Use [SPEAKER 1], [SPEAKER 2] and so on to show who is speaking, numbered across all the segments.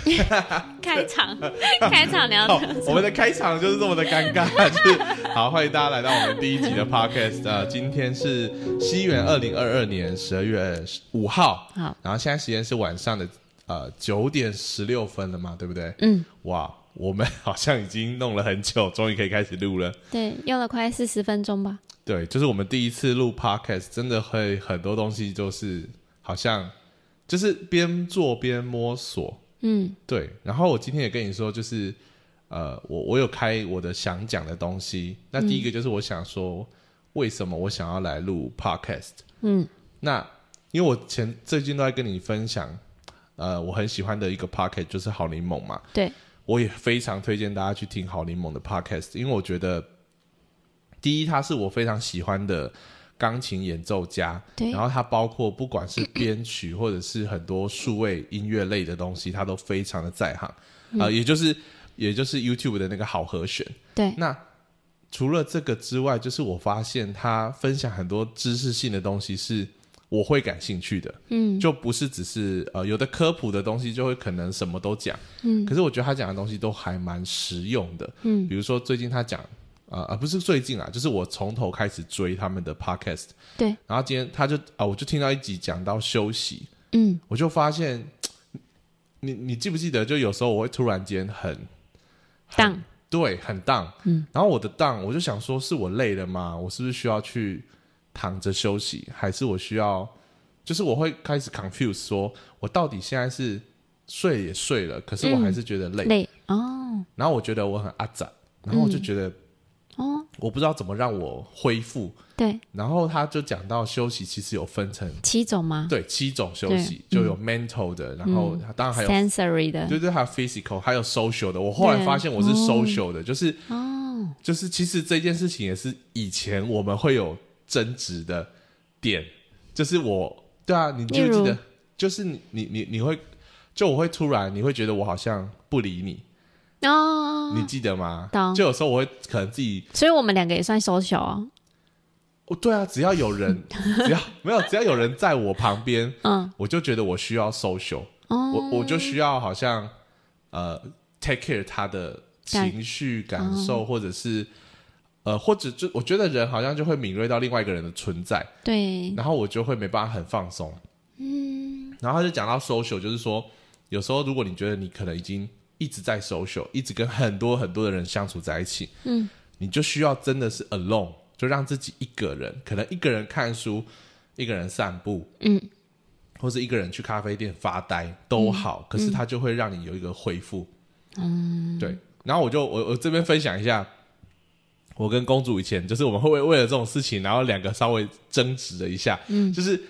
[SPEAKER 1] 开场，开场聊
[SPEAKER 2] 好
[SPEAKER 1] 的，
[SPEAKER 2] 我们的开场就是这么的尴尬，就是好，欢迎大家来到我们第一集的 podcast 啊、呃今天是西元二零二二年十二月五号，
[SPEAKER 1] 好，
[SPEAKER 2] 然后现在时间是晚上的呃九点十六分了嘛，对不对？
[SPEAKER 1] 嗯，
[SPEAKER 2] 哇，我们好像已经弄了很久，终于可以开始录了。
[SPEAKER 1] 对，用了快四十分钟吧。
[SPEAKER 2] 对，就是我们第一次录 podcast，真的会很多东西就是好像就是边做边摸索，
[SPEAKER 1] 嗯，
[SPEAKER 2] 对，然后我今天也跟你说，就是呃，我我有开我的想讲的东西。那第一个就是我想说，为什么我想要来录 podcast？
[SPEAKER 1] 嗯，
[SPEAKER 2] 那因为我前最近都在跟你分享，呃，我很喜欢的一个 podcast 就是好柠檬嘛，
[SPEAKER 1] 对，
[SPEAKER 2] 我也非常推荐大家去听好柠檬的 podcast，因为我觉得第一，他是我非常喜欢的钢琴演奏家，
[SPEAKER 1] 对
[SPEAKER 2] 然后它包括不管是编曲或者是很多数位音乐类的东西，它都非常的在行啊、呃也就是也就是 YouTube 的那个好和弦。
[SPEAKER 1] 对，
[SPEAKER 2] 那除了这个之外，就是我发现他分享很多知识性的东西是我会感兴趣的，
[SPEAKER 1] 嗯，
[SPEAKER 2] 就不是只是呃有的科普的东西就会可能什么都讲，
[SPEAKER 1] 嗯，
[SPEAKER 2] 可是我觉得他讲的东西都还蛮实用的，
[SPEAKER 1] 嗯，
[SPEAKER 2] 比如说最近他讲啊啊不是最近啊，就是我从头开始追他们的 podcast，
[SPEAKER 1] 对，
[SPEAKER 2] 然后今天他就啊、我就听到一集讲到休息，
[SPEAKER 1] 嗯，
[SPEAKER 2] 我就发现，你你记不记得？就有时候我会突然间很很
[SPEAKER 1] Down
[SPEAKER 2] 对，很 down。嗯，然后我的 down，我就想说，是我累了吗？我是不是需要去躺着休息，还是我需要？就是我会开始 confuse，说我到底现在是睡也睡了，可是我
[SPEAKER 1] 嗯
[SPEAKER 2] 还是觉得累。
[SPEAKER 1] 累哦
[SPEAKER 2] 然后我觉得我很阿展，然后我就觉得
[SPEAKER 1] 嗯哦，
[SPEAKER 2] 我不知道怎么让我恢复。
[SPEAKER 1] 对，
[SPEAKER 2] 然后他就讲到休息其实有分成
[SPEAKER 1] 七种吗？
[SPEAKER 2] 对七种休息，就
[SPEAKER 1] 嗯
[SPEAKER 2] 有 mental 的，然后当然还有
[SPEAKER 1] sensory 的
[SPEAKER 2] 对对，还有 physical，还有 social 的。我后来
[SPEAKER 1] 对
[SPEAKER 2] 发现我是 social 的，就是
[SPEAKER 1] 哦，
[SPEAKER 2] 就是，其实这件事情也是以前我们会有争执的点，就是我对啊，你记不记
[SPEAKER 1] 例
[SPEAKER 2] 得
[SPEAKER 1] 如？
[SPEAKER 2] 就是你你你你会，就我会突然你会觉得我好像不理你，你
[SPEAKER 1] 哦，
[SPEAKER 2] 记得吗？
[SPEAKER 1] 懂
[SPEAKER 2] 就有时候我会可能自己，
[SPEAKER 1] 所以我们两个也算 social 哦。
[SPEAKER 2] 哦，对啊，只要 有人，只要没有，只要有人在我旁边，
[SPEAKER 1] 嗯，
[SPEAKER 2] 我就觉得我需要 social，
[SPEAKER 1] 哦，
[SPEAKER 2] 我我就需要好像呃 take care 他的情绪感嗯受，或者是呃，或者就我觉得人好像就会敏锐到另外一个人的存在，
[SPEAKER 1] 对，
[SPEAKER 2] 然后我就会没办法很放松。嗯，然后他就讲到 social，就是说有时候如果你觉得你可能已经一直在 social，一直跟很多很多的人相处在一起，
[SPEAKER 1] 嗯，
[SPEAKER 2] 你就需要真的是 alone，就让自己一个人，可能一个人看书，一个人散步，
[SPEAKER 1] 嗯，
[SPEAKER 2] 或是一个人去咖啡店发呆都好，可是它就会让你有一个恢复。嗯，对。然后我就我我这边分享一下，我跟公主以前就是我们会为为了这种事情，然后两个稍微争执了一下。嗯，就是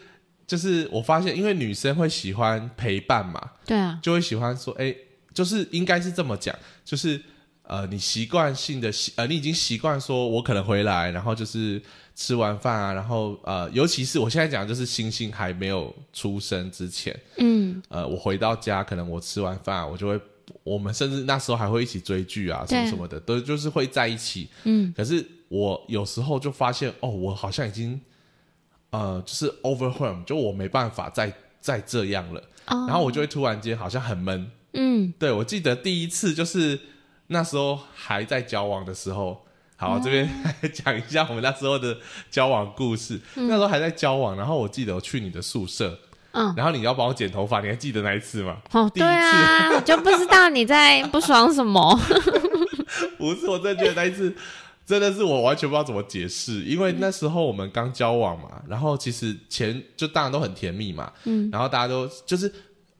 [SPEAKER 2] 就是我发现，因为女生会喜欢陪伴嘛，
[SPEAKER 1] 对啊，
[SPEAKER 2] 就会喜欢说，哎、就是应该是这么讲，就是呃，你习惯性的习，呃，你已经习惯说我可能回来，然后就是吃完饭啊，然后呃，尤其是我现在讲的就是星星还没有出生之前，
[SPEAKER 1] 嗯，
[SPEAKER 2] 呃，我回到家，可能我吃完饭，我就会，我们甚至那时候还会一起追剧啊，什么
[SPEAKER 1] 对
[SPEAKER 2] 什么的，都就是会在一起。
[SPEAKER 1] 嗯，
[SPEAKER 2] 可是我有时候就发现，哦，我好像已经，呃，就是 overwhelm，就我没办法再再这样了。
[SPEAKER 1] 哦
[SPEAKER 2] 然后我就会突然间好像很闷。
[SPEAKER 1] 嗯，
[SPEAKER 2] 对，我记得第一次就是那时候还在交往的时候。好，这边 来讲一下我们那时候的交往故事。那时候还在交往，然后我记得我去你的宿舍，
[SPEAKER 1] 嗯
[SPEAKER 2] 然后你要帮我剪头发，你还记得那一次吗？
[SPEAKER 1] 哦，
[SPEAKER 2] 第一
[SPEAKER 1] 对啊，我就不知道你在不爽什 么。
[SPEAKER 2] 不是，我真的觉得那一次真的是我完全不知道怎么解释，因为那时候我们刚交往嘛，然后其实前就当然都很甜蜜嘛，
[SPEAKER 1] 嗯，
[SPEAKER 2] 然后大家都就是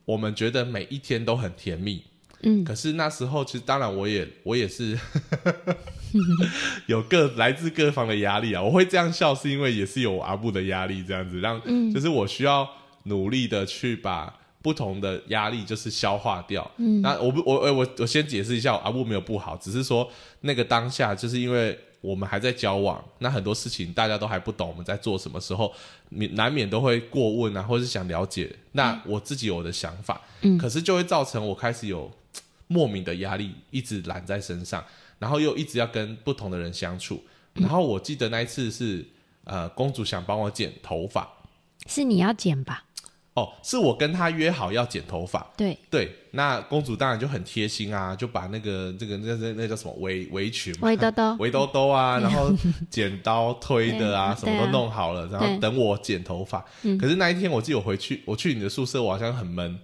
[SPEAKER 2] 我们觉得每一天都很甜蜜，
[SPEAKER 1] 嗯
[SPEAKER 2] 可是那时候其实当然我也我也是 有各来自各方的压力啊，我会这样笑是因为也是有我阿布的压力这样子，让、就是我需要努力的去把。不同的压力就是消化掉。嗯，那我不我我我我先解释一下，我阿布没有不好，只是说那个当下，就是因为我们还在交往，那很多事情大家都还不懂我们在做什么时候，你难免都会过问啊，或是想了解。那我自己有我的想法，嗯，可是就会造成我开始有嘖莫名的压力，一直揽在身上，然后又一直要跟不同的人相处。然后我记得那一次是，呃，公主想帮我剪头发，
[SPEAKER 1] 是你要剪吧？
[SPEAKER 2] 哦，是我跟他约好要剪头发，
[SPEAKER 1] 对，
[SPEAKER 2] 对，那公主当然就很贴心啊，就把那个这个那那那叫什么围围裙嘛、
[SPEAKER 1] 围兜兜
[SPEAKER 2] 围兜 兜啊，然后剪刀推的啊，什
[SPEAKER 1] 对
[SPEAKER 2] 么
[SPEAKER 1] 对
[SPEAKER 2] 都
[SPEAKER 1] 啊
[SPEAKER 2] 弄好了，然后
[SPEAKER 1] 对嗯
[SPEAKER 2] 等我剪头发。可是那一天我记得我回去，我去你的宿舍，我好像很闷，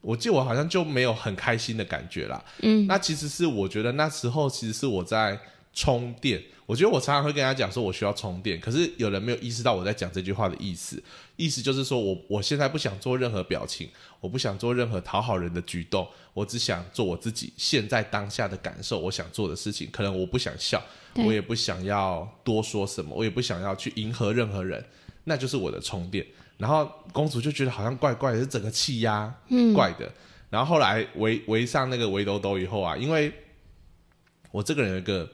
[SPEAKER 2] 我记得我好像就没有很开心的感觉啦。
[SPEAKER 1] 嗯，
[SPEAKER 2] 那其实是我觉得那时候其实是我在充电。我觉得我常常会跟他讲说，我需要充电，可是有人没有意识到我在讲这句话的意思。意思就是说我我现在不想做任何表情，我不想做任何讨好人的举动，我只想做我自己现在当下的感受，我想做的事情。可能我不想笑，
[SPEAKER 1] 对
[SPEAKER 2] 我也不想要多说什么，我也不想要去迎合任何人，那就是我的充电。然后公主就觉得好像怪怪的，是整个气压
[SPEAKER 1] 嗯
[SPEAKER 2] 怪的。然后后来围围上那个围兜兜以后啊，因为我这个人有一个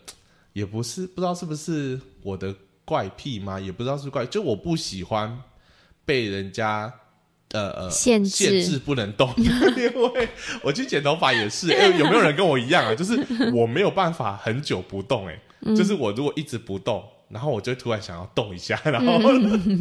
[SPEAKER 2] 也不是不知道是不是我的怪癖吗？也不知道是怪，就我不喜欢被人家呃呃
[SPEAKER 1] 限制
[SPEAKER 2] 限制不能动， 因为我去剪头发也是，哎、有没有人跟我一样啊？就是我没有办法很久不动、哎、
[SPEAKER 1] 嗯
[SPEAKER 2] 就是我如果一直不动。然后我就突然想要动一下，
[SPEAKER 1] 嗯
[SPEAKER 2] 然后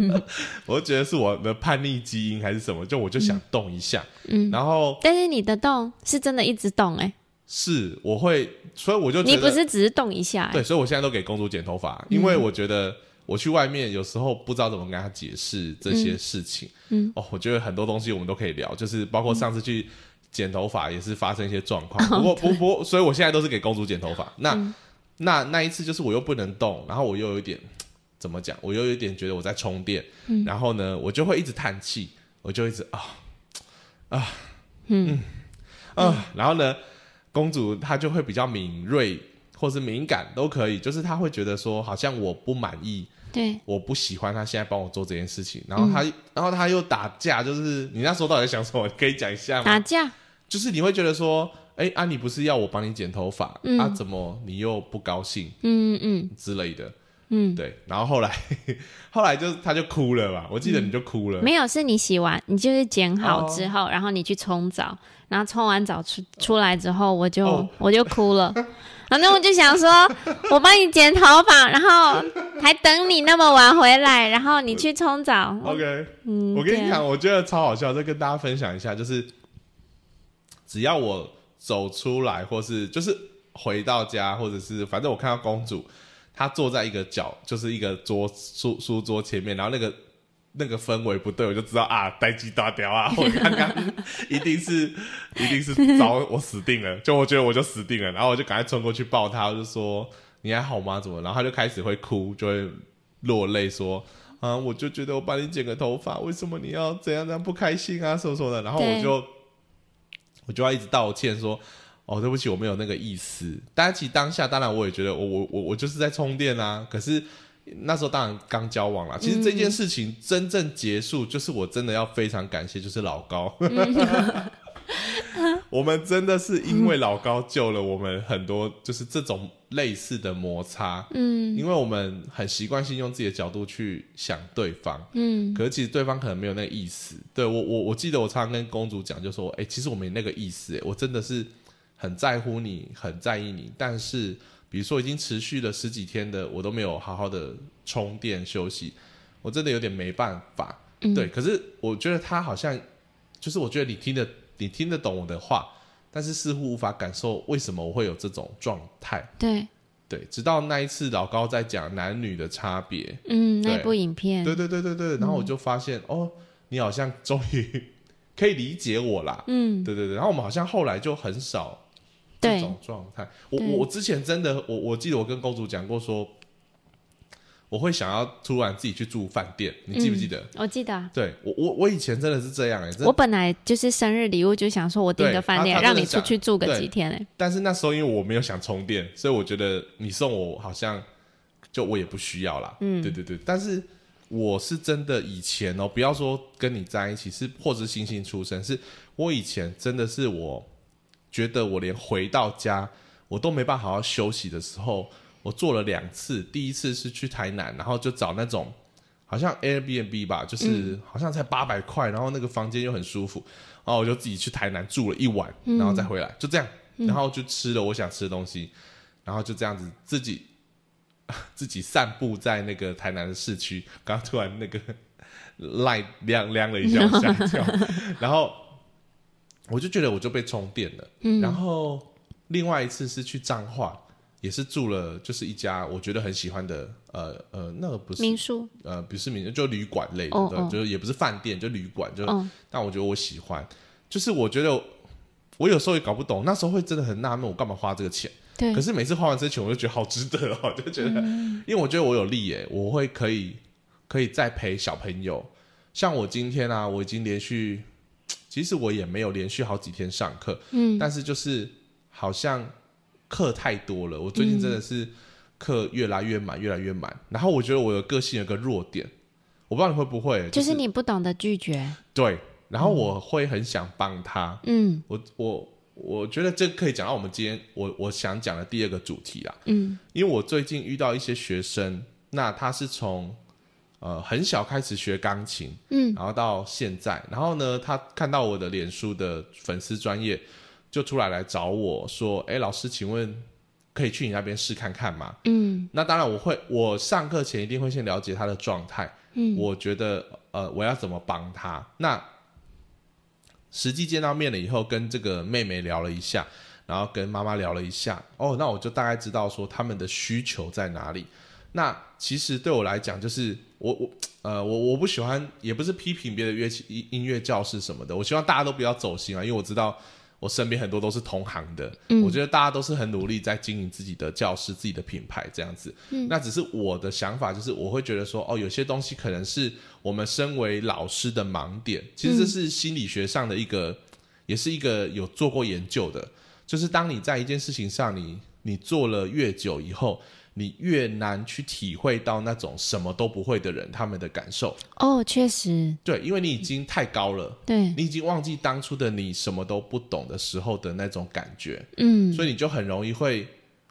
[SPEAKER 2] 我就觉得是我的叛逆基因还是什么，就我就想动一下。
[SPEAKER 1] 嗯
[SPEAKER 2] 然后
[SPEAKER 1] 但是你的动是真的一直动哎、
[SPEAKER 2] 是我会，所以我就觉
[SPEAKER 1] 你
[SPEAKER 2] 得
[SPEAKER 1] 不是只是动一下、欸，
[SPEAKER 2] 对，所以我现在都给公主剪头发，
[SPEAKER 1] 嗯
[SPEAKER 2] 因为我觉得我去外面有时候不知道怎么跟她解释这些事情。
[SPEAKER 1] 嗯
[SPEAKER 2] 哦，我觉得很多东西我们都可以聊，就是包括上次去剪头发也是发生一些状 况。
[SPEAKER 1] 哦
[SPEAKER 2] 不过不不，所以我现在都是给公主剪头发。那、那那一次就是我又不能动，然后我又有一点怎么讲，我又有一点觉得我在充电，
[SPEAKER 1] 嗯
[SPEAKER 2] 然后呢，我就会一直叹气，我就一直啊啊嗯啊，然后呢，公主她就会比较敏锐。或是敏感都可以，就是她会觉得说，好像我不满意，
[SPEAKER 1] 对
[SPEAKER 2] 我不喜欢她现在帮我做这件事情，然后
[SPEAKER 1] 嗯
[SPEAKER 2] 她，然后她又打架，就是你那时候到底在想什么？你可以讲一下吗
[SPEAKER 1] 打？架，
[SPEAKER 2] 就是你会觉得说，哎、啊，你不是要我帮你剪头发、
[SPEAKER 1] 嗯
[SPEAKER 2] 啊？怎么你又不高兴？
[SPEAKER 1] 嗯嗯
[SPEAKER 2] 之类的，
[SPEAKER 1] 嗯，
[SPEAKER 2] 对。然后后来， 后来就他就哭了嘛，我记得你就哭了，
[SPEAKER 1] 没有，是你洗完，你就是剪好
[SPEAKER 2] 哦
[SPEAKER 1] 之后，然后你去冲澡，然后冲完澡出出来之后，我就、
[SPEAKER 2] 哦
[SPEAKER 1] 我就哭 了，然后我就想说，我帮你剪头发，然后还等你那么晚回来，然后你去冲澡，
[SPEAKER 2] OK，、
[SPEAKER 1] 嗯，
[SPEAKER 2] 我跟
[SPEAKER 1] 对
[SPEAKER 2] 你
[SPEAKER 1] 啊，
[SPEAKER 2] 讲，我觉得超好笑，再跟大家分享一下，就是只要我走出来，或是就是回到家，或者是反正我看到公主，她坐在一个角，就是一个桌书书桌前面，然后那个。那个氛围不对，我就知道啊，呆鸡大雕啊！我刚刚 一定是，一定是早我死定了，就我觉得我就死定了，然后我就赶快冲过去抱她，我就说你还好吗？怎么？然后她就开始会哭，就会落泪说：“啊，我就觉得我帮你剪个头发，为什么你要怎样怎样不开心啊，什么什么的。”然后我
[SPEAKER 1] 对
[SPEAKER 2] 就我就要一直道歉说：“哦，对不起，我没有那个意思。”但其实当下，当然我也觉得我我我我就是在充电啊，可是。那时候当然刚交往啦，其实这件事情真正结束，就是我真的要非常感谢，就是老高，我们真的是因为老高救了我们很多，就是这种类似的摩擦，
[SPEAKER 1] 嗯
[SPEAKER 2] 因为我们很习惯性用自己的角度去想对方，
[SPEAKER 1] 嗯
[SPEAKER 2] 可是其实对方可能没有那个意思。对我，我我记得我常常跟公主讲，就说，哎、其实我没那个意思、诶我真的是很在乎你，很在意你，但是比如说已经持续了十几天的，我都没有好好的充电休息，我真的有点没办法。对，可是我觉得他好像，就是我觉得你听得你听得懂我的话，但是似乎无法感受为什么我会有这种状态。
[SPEAKER 1] 对，
[SPEAKER 2] 对，直到那一次老高在讲男女的差别，
[SPEAKER 1] 嗯，那
[SPEAKER 2] 对
[SPEAKER 1] 部影片，
[SPEAKER 2] 对对对对
[SPEAKER 1] 嗯
[SPEAKER 2] 对，然后我就发现、哦，你好像终于 可以理解我啦，
[SPEAKER 1] 嗯
[SPEAKER 2] 对对对，然后我们好像后来就很少这
[SPEAKER 1] 对
[SPEAKER 2] 种状态。我
[SPEAKER 1] 对
[SPEAKER 2] 我我之前真的，我我记得我跟公主讲过说，我会想要突然自己去住饭店，你记不记得？
[SPEAKER 1] 我记得啊、
[SPEAKER 2] 对我我我以前真的是这样哎、真
[SPEAKER 1] 我
[SPEAKER 2] 的
[SPEAKER 1] 本来就是生日礼物，就想说我订
[SPEAKER 2] 对
[SPEAKER 1] 个饭
[SPEAKER 2] 他
[SPEAKER 1] 店，
[SPEAKER 2] 他
[SPEAKER 1] 让
[SPEAKER 2] 真的
[SPEAKER 1] 你出
[SPEAKER 2] 想
[SPEAKER 1] 去住个
[SPEAKER 2] 对
[SPEAKER 1] 几天、欸，
[SPEAKER 2] 但是那时候因为我没有想充电，所以我觉得你送我好像就我也不需要啦。嗯，对对对，但是我是真的以前哦，不要说跟你在一起是或者星星出生，是我以前真的是我觉得我连回到家我都没办法好好休息的时候，我做了两次，第一次是去台南，然后就找那种。好像 Airbnb 吧，就是好像才八百块，然后那个房间又很舒服，然后我就自己去台南住了一晚，然后再回来，就这样，然后就吃了我想吃的东西，然后就这样子自己 自己散步在那个台南的市区。刚刚突然那个 赖亮亮了一下，我吓一跳，然后我就觉得我就被充电了。然后另外一次是去彰化，也是住了就是一家我觉得很喜欢的，呃呃，那个不是
[SPEAKER 1] 民宿，
[SPEAKER 2] 呃不是民宿，就旅馆类的，
[SPEAKER 1] 哦
[SPEAKER 2] 对
[SPEAKER 1] 哦
[SPEAKER 2] 就是也不是饭店，就旅馆，就、
[SPEAKER 1] 嗯
[SPEAKER 2] 但我觉得我喜欢，就是我觉得我有时候也搞不懂，那时候会真的很纳闷，我干嘛花这个钱。
[SPEAKER 1] 对嗯
[SPEAKER 2] 可，是每次花完这些钱，我就觉得好值得哦，就觉得，因为我觉得我有利耶、我会可以可以再陪小朋友。像我今天啊，我已经连续，其实我也没有连续好几天上课，
[SPEAKER 1] 嗯，
[SPEAKER 2] 但是就是好像课太多了，我最近真
[SPEAKER 1] 嗯
[SPEAKER 2] 的是课越来越满，越来越满。然后我觉得我的个性有个弱点，我不知道你会不会、
[SPEAKER 1] 就是你嗯不懂得拒绝，
[SPEAKER 2] 对，然后我会很想帮他，
[SPEAKER 1] 嗯
[SPEAKER 2] 我我我觉得这可以讲到我们今天我我想讲的第二个主题啦。
[SPEAKER 1] 嗯
[SPEAKER 2] 因为我最近遇到一些学生，那他是从呃很小开始学钢琴，
[SPEAKER 1] 嗯，
[SPEAKER 2] 然后到现在，然后呢，他看到我的脸书的粉丝专业，就出来来找我说：“哎，老师，请问可以去你那边试看看吗
[SPEAKER 1] 嗯？”
[SPEAKER 2] 那当然，我会，我上课前一定会先了解他的状态，
[SPEAKER 1] 嗯，
[SPEAKER 2] 我觉得呃，我要怎么帮他？那实际见到面了以后，跟这个妹妹聊了一下，然后跟妈妈聊了一下，哦，那我就大概知道说他们的需求在哪里。那其实对我来讲，就是我我呃我我不喜欢，也不是批评别的乐器音音乐教室什么的，我希望大家都不要走心啊，因为我知道我身边很多都是同行的，我觉得大家都是很努力在经营自己的教室、自己的品牌这样子。那只是我的想法，就是我会觉得说，哦，有些东西可能是我们身为老师的盲点，其实这是心理学上的一个，也是一个有做过研究的，就是当你在一件事情上你，你做了越久以后，你越难去体会到那种什么都不会的人他们的感受。
[SPEAKER 1] 哦，确实，
[SPEAKER 2] 对，因为你已经太高了，
[SPEAKER 1] 对，
[SPEAKER 2] 你已经忘记当初的你什么都不懂的时候的那种感觉，
[SPEAKER 1] 嗯
[SPEAKER 2] 所以你就很容易会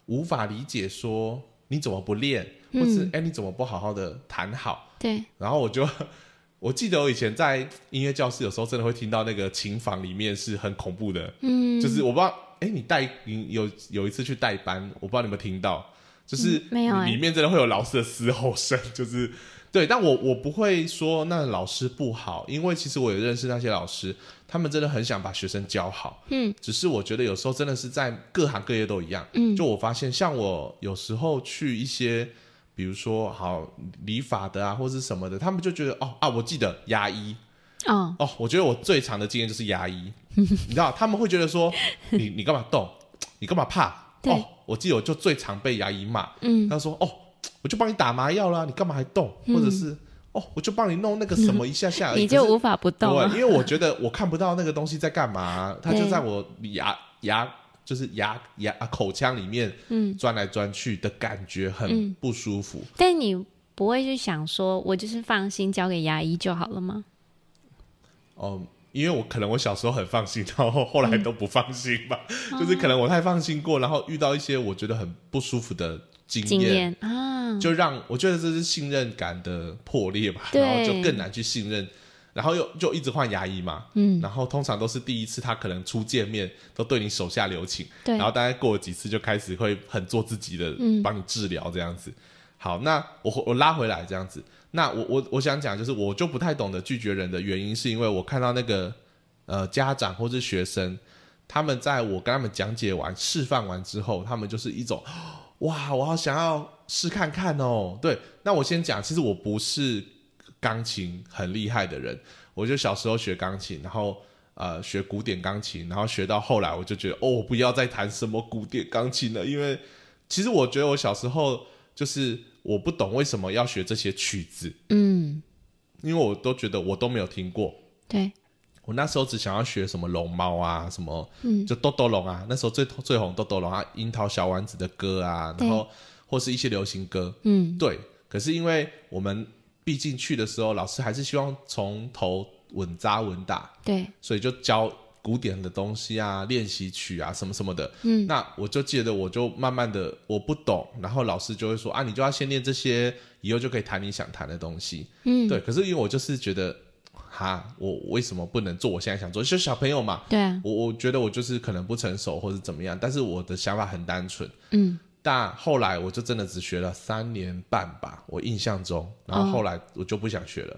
[SPEAKER 2] 无法理解说你怎么不练，或是哎、你怎么不好好的弹好。
[SPEAKER 1] 对，
[SPEAKER 2] 然后我就 我记得我以前在音乐教室，有时候真的会听到那个琴房里面是很恐怖的，
[SPEAKER 1] 嗯，
[SPEAKER 2] 就是我不知道，哎、你带你有有一次去带班，我不知道你有没有听到，就是、
[SPEAKER 1] 嗯没有欸
[SPEAKER 2] 里面真的会有老师的嘶吼声，就是 对，但我我不会说那老师不好，因为其实我也认识那些老师，他们真的很想把学生教好，
[SPEAKER 1] 嗯，
[SPEAKER 2] 只是我觉得有时候真的是在各行各业都一样，嗯，就我发现像我有时候去一些。比如说，好理发的啊，或是什么的，他们就觉得哦啊，我记得牙医，
[SPEAKER 1] 哦，
[SPEAKER 2] 哦，我觉得我最长的经验就是牙 医，你知道，他们会觉得说你你干嘛动，你干嘛怕？
[SPEAKER 1] 对
[SPEAKER 2] 哦，我记得我就最常被牙医骂，
[SPEAKER 1] 嗯
[SPEAKER 2] 他说哦，我就帮你打麻药啦，你干嘛还动？或者是哦，我就帮你弄那个什么一下下而 已，
[SPEAKER 1] 你就
[SPEAKER 2] 啊可是
[SPEAKER 1] 无法不动
[SPEAKER 2] 对，
[SPEAKER 1] 啊，
[SPEAKER 2] 因为我觉得我看不到那个东西在 干嘛，它就
[SPEAKER 1] 对
[SPEAKER 2] 在我牙牙就是牙牙啊口腔里面
[SPEAKER 1] 嗯，
[SPEAKER 2] 钻来钻去的感觉很
[SPEAKER 1] 嗯
[SPEAKER 2] 不舒服。
[SPEAKER 1] 但你不会去想说，我就是放心交给牙医就好了吗？
[SPEAKER 2] 哦，因为我可能我小时候很放心， 然后后来
[SPEAKER 1] 嗯
[SPEAKER 2] 都不放心吧，
[SPEAKER 1] 哦
[SPEAKER 2] 就是可能我太放心过，然后遇到一些我觉得很不舒服的经
[SPEAKER 1] 经验啊，
[SPEAKER 2] 就让我觉得这是信任感的破裂吧，
[SPEAKER 1] 对
[SPEAKER 2] 然后就更难去信任。然后又就一直换牙医嘛，
[SPEAKER 1] 嗯，
[SPEAKER 2] 然后通常都是第一次他可能初见面都对你手下留情，
[SPEAKER 1] 对
[SPEAKER 2] 然，后大概过了几次就开始会很做自己的，帮你治疗这样子。好，那我我拉回来这样子，那我我我想讲就是，我就不太懂得拒绝人的原因，是因为我看到那个呃家长或是学生，他们在我跟他们讲解完、示范完之后，他们就是一种哇，我好想要试看看哦。对，那我先讲，其实我不是钢琴很厉害的人，我就小时候学钢琴，然后呃学古典钢琴，然后学到后来我就觉得哦，我不要再弹什么古典钢琴了，因为其实我觉得我小时候就是我不懂为什么要学这些曲子，
[SPEAKER 1] 嗯，
[SPEAKER 2] 因为我都觉得我都没有听过。
[SPEAKER 1] 对，
[SPEAKER 2] 我那时候只想要学什么龙猫啊，什么
[SPEAKER 1] 嗯
[SPEAKER 2] 就豆豆龙啊，那时候最最红豆豆龙啊，樱桃小丸子的歌啊，然后或是一些流行歌，
[SPEAKER 1] 嗯，
[SPEAKER 2] 对。可是因为我们毕竟去的时候，老师还是希望从头稳扎稳打，
[SPEAKER 1] 对，
[SPEAKER 2] 所以就教古典的东西啊，练习曲啊，什么什么的。
[SPEAKER 1] 嗯，
[SPEAKER 2] 那我就记得，我就慢慢的我不懂，然后老师就会说啊，你就要先练这些，以后就可以弹你想弹的东西。
[SPEAKER 1] 嗯，
[SPEAKER 2] 对，可是因为我就是觉得，哈，我为什么不能做我现在想做？就是小朋友嘛，
[SPEAKER 1] 对啊，
[SPEAKER 2] 我我觉得我就是可能不成熟或者怎么样，但是我的想法很单纯。
[SPEAKER 1] 嗯，
[SPEAKER 2] 但后来我就真的只学了三年半吧，我印象中，然后后来我就不想学了。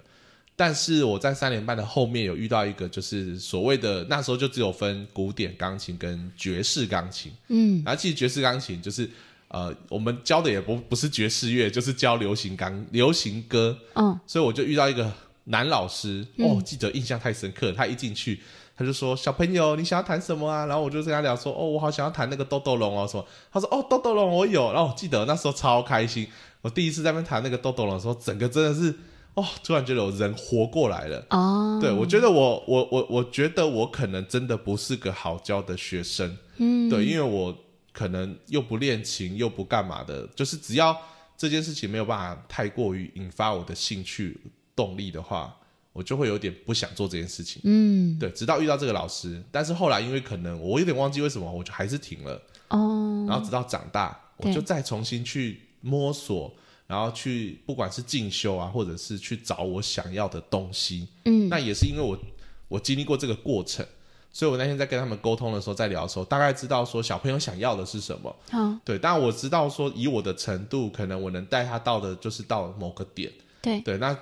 [SPEAKER 2] 但是我在三连半的后面有遇到一个，就是所谓的那时候就只有分古典钢琴跟爵士钢琴，
[SPEAKER 1] 嗯
[SPEAKER 2] 然后其实爵士钢琴就是呃，我们教的也不不是爵士乐，就是教流行钢流行歌，
[SPEAKER 1] 哦
[SPEAKER 2] 所以我就遇到一个男老师，哦，记得印象太深刻了。他一进去，他就说：“小朋友，你想要弹什么啊？”然后我就跟他聊说：“哦，我好想要弹那个豆豆龙哦什么。”他说：“哦，豆豆龙我有。”然后我记得那时候超开心，我第一次在那边弹那个豆豆龙的时候，整个真的是哦，突然觉得我人活过来了。
[SPEAKER 1] 哦，
[SPEAKER 2] 对，我觉得我我我我觉得我可能真的不是个好教的学生，
[SPEAKER 1] 嗯
[SPEAKER 2] 对，因为我可能又不练琴，又不干嘛的，就是只要这件事情没有办法太过于引发我的兴趣动力的话，我就会有点不想做这件事情。
[SPEAKER 1] 嗯
[SPEAKER 2] 对，直到遇到这个老师，但是后来因为可能我有点忘记为什么，我就还是停了。
[SPEAKER 1] 哦
[SPEAKER 2] 然后直到长大，我
[SPEAKER 1] 对
[SPEAKER 2] 就再重新去摸索，然后去不管是进修啊，或者是去找我想要的东西。
[SPEAKER 1] 嗯
[SPEAKER 2] 那也是因为我我经历过这个过程，所以我那天在跟他们沟通的时候，在聊的时候，大概知道说小朋友想要的是什么。
[SPEAKER 1] 好
[SPEAKER 2] 对，但我知道说以我的程度，可能我能带他到的就是到某个点。
[SPEAKER 1] 对
[SPEAKER 2] 对，那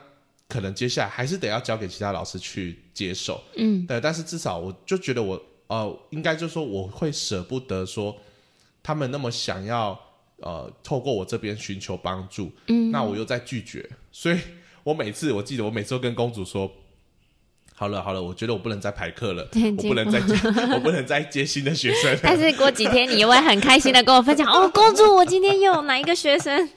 [SPEAKER 2] 可能接下来还是得要交给其他老师去接手。
[SPEAKER 1] 嗯
[SPEAKER 2] 对，但是至少我就觉得我呃，应该就是说我会舍不得说他们那么想要呃，透过我这边寻求帮助，
[SPEAKER 1] 嗯
[SPEAKER 2] 那我又在拒绝，所以我每次我记得我每次都跟公主说。好了好了，我觉得我不能再排课了，
[SPEAKER 1] 对
[SPEAKER 2] 我不能再接， 我不能再接新的学生 了。
[SPEAKER 1] 但是过几天你又会很开心的跟我分享哦，公主，我今天又有哪一个学生？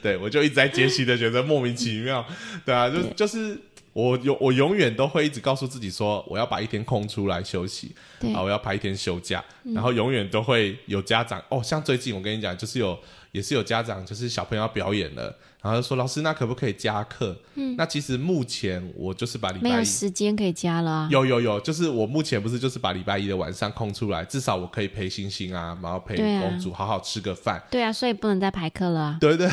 [SPEAKER 2] 对，我就一直在接新的学生，莫名其妙。对啊，就就是我永我永远都会一直告诉自己说，我要把一天空出来休息。
[SPEAKER 1] 对嗯
[SPEAKER 2] 啊，我要排一天休假，然后永远都会有家长哦，像最近我跟你讲，就是有也是有家长，就是小朋友要表演了，然后就说老师，那可不可以加课？嗯，那其实目前我就是把礼
[SPEAKER 1] 没
[SPEAKER 2] 拜
[SPEAKER 1] 有
[SPEAKER 2] 一
[SPEAKER 1] 时间可以加了啊。
[SPEAKER 2] 有有有，就是我目前不是就是把礼拜一的晚上空出来，至少我可以陪星星啊，然后陪
[SPEAKER 1] 对啊
[SPEAKER 2] 公主好好吃个饭。
[SPEAKER 1] 对啊，所以不能再排课了啊。
[SPEAKER 2] 对对，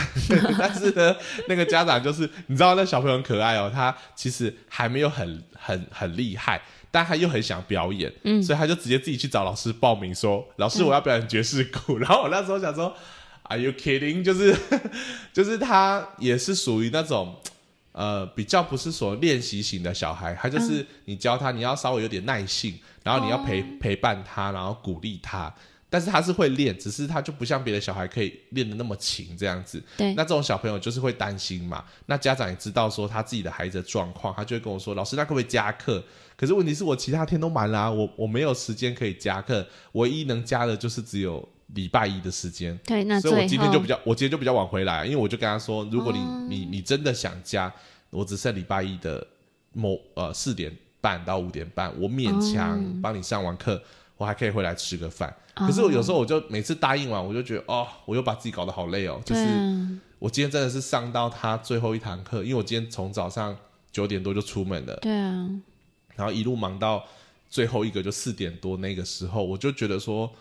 [SPEAKER 2] 但是 呢，那个家长就是你知道那小朋友很可爱哦，他其实还没有很很很厉害，但他又很想表演，嗯，所以他就直接自己去找老师报名说，老师我要表演爵士鼓， 然后我那时候想说，Are you kidding？就是就是他也是属于那种。呃，比较不是说练习型的小孩，他就是你教他，你要稍微有点耐性，然后你要陪、陪伴他，然后鼓励他。但是他是会练，只是他就不像别的小孩可以练得那么勤这样子。
[SPEAKER 1] 对
[SPEAKER 2] 那这种小朋友就是会担心嘛。那家长也知道说他自己的孩子的状况，他就会跟我说：“老师，那可不可以加课？”可是问题是我其他天都满啦、我我没有时间可以加课，唯一能加的就是只有礼拜一的时间。
[SPEAKER 1] 对，那
[SPEAKER 2] 所
[SPEAKER 1] 最后哦
[SPEAKER 2] 以我今天就比较，我今天就比较晚回来，啊因为我就跟他说，如果你、你你真的想加，我只剩礼拜一的某呃四点半到五点半，我勉强
[SPEAKER 1] 哦
[SPEAKER 2] 帮你上完课，我还可以回来吃个饭。可是我
[SPEAKER 1] 哦
[SPEAKER 2] 有时候我就每次答应完，我就觉得哦，我又把自己搞得好累哦，就
[SPEAKER 1] 对
[SPEAKER 2] 是
[SPEAKER 1] 啊，
[SPEAKER 2] 我今天真的是上到他最后一堂课，因为我今天从早上九点多就出门了，
[SPEAKER 1] 对啊，
[SPEAKER 2] 然后一路忙到最后一个就四点多那个时候，我就觉得说，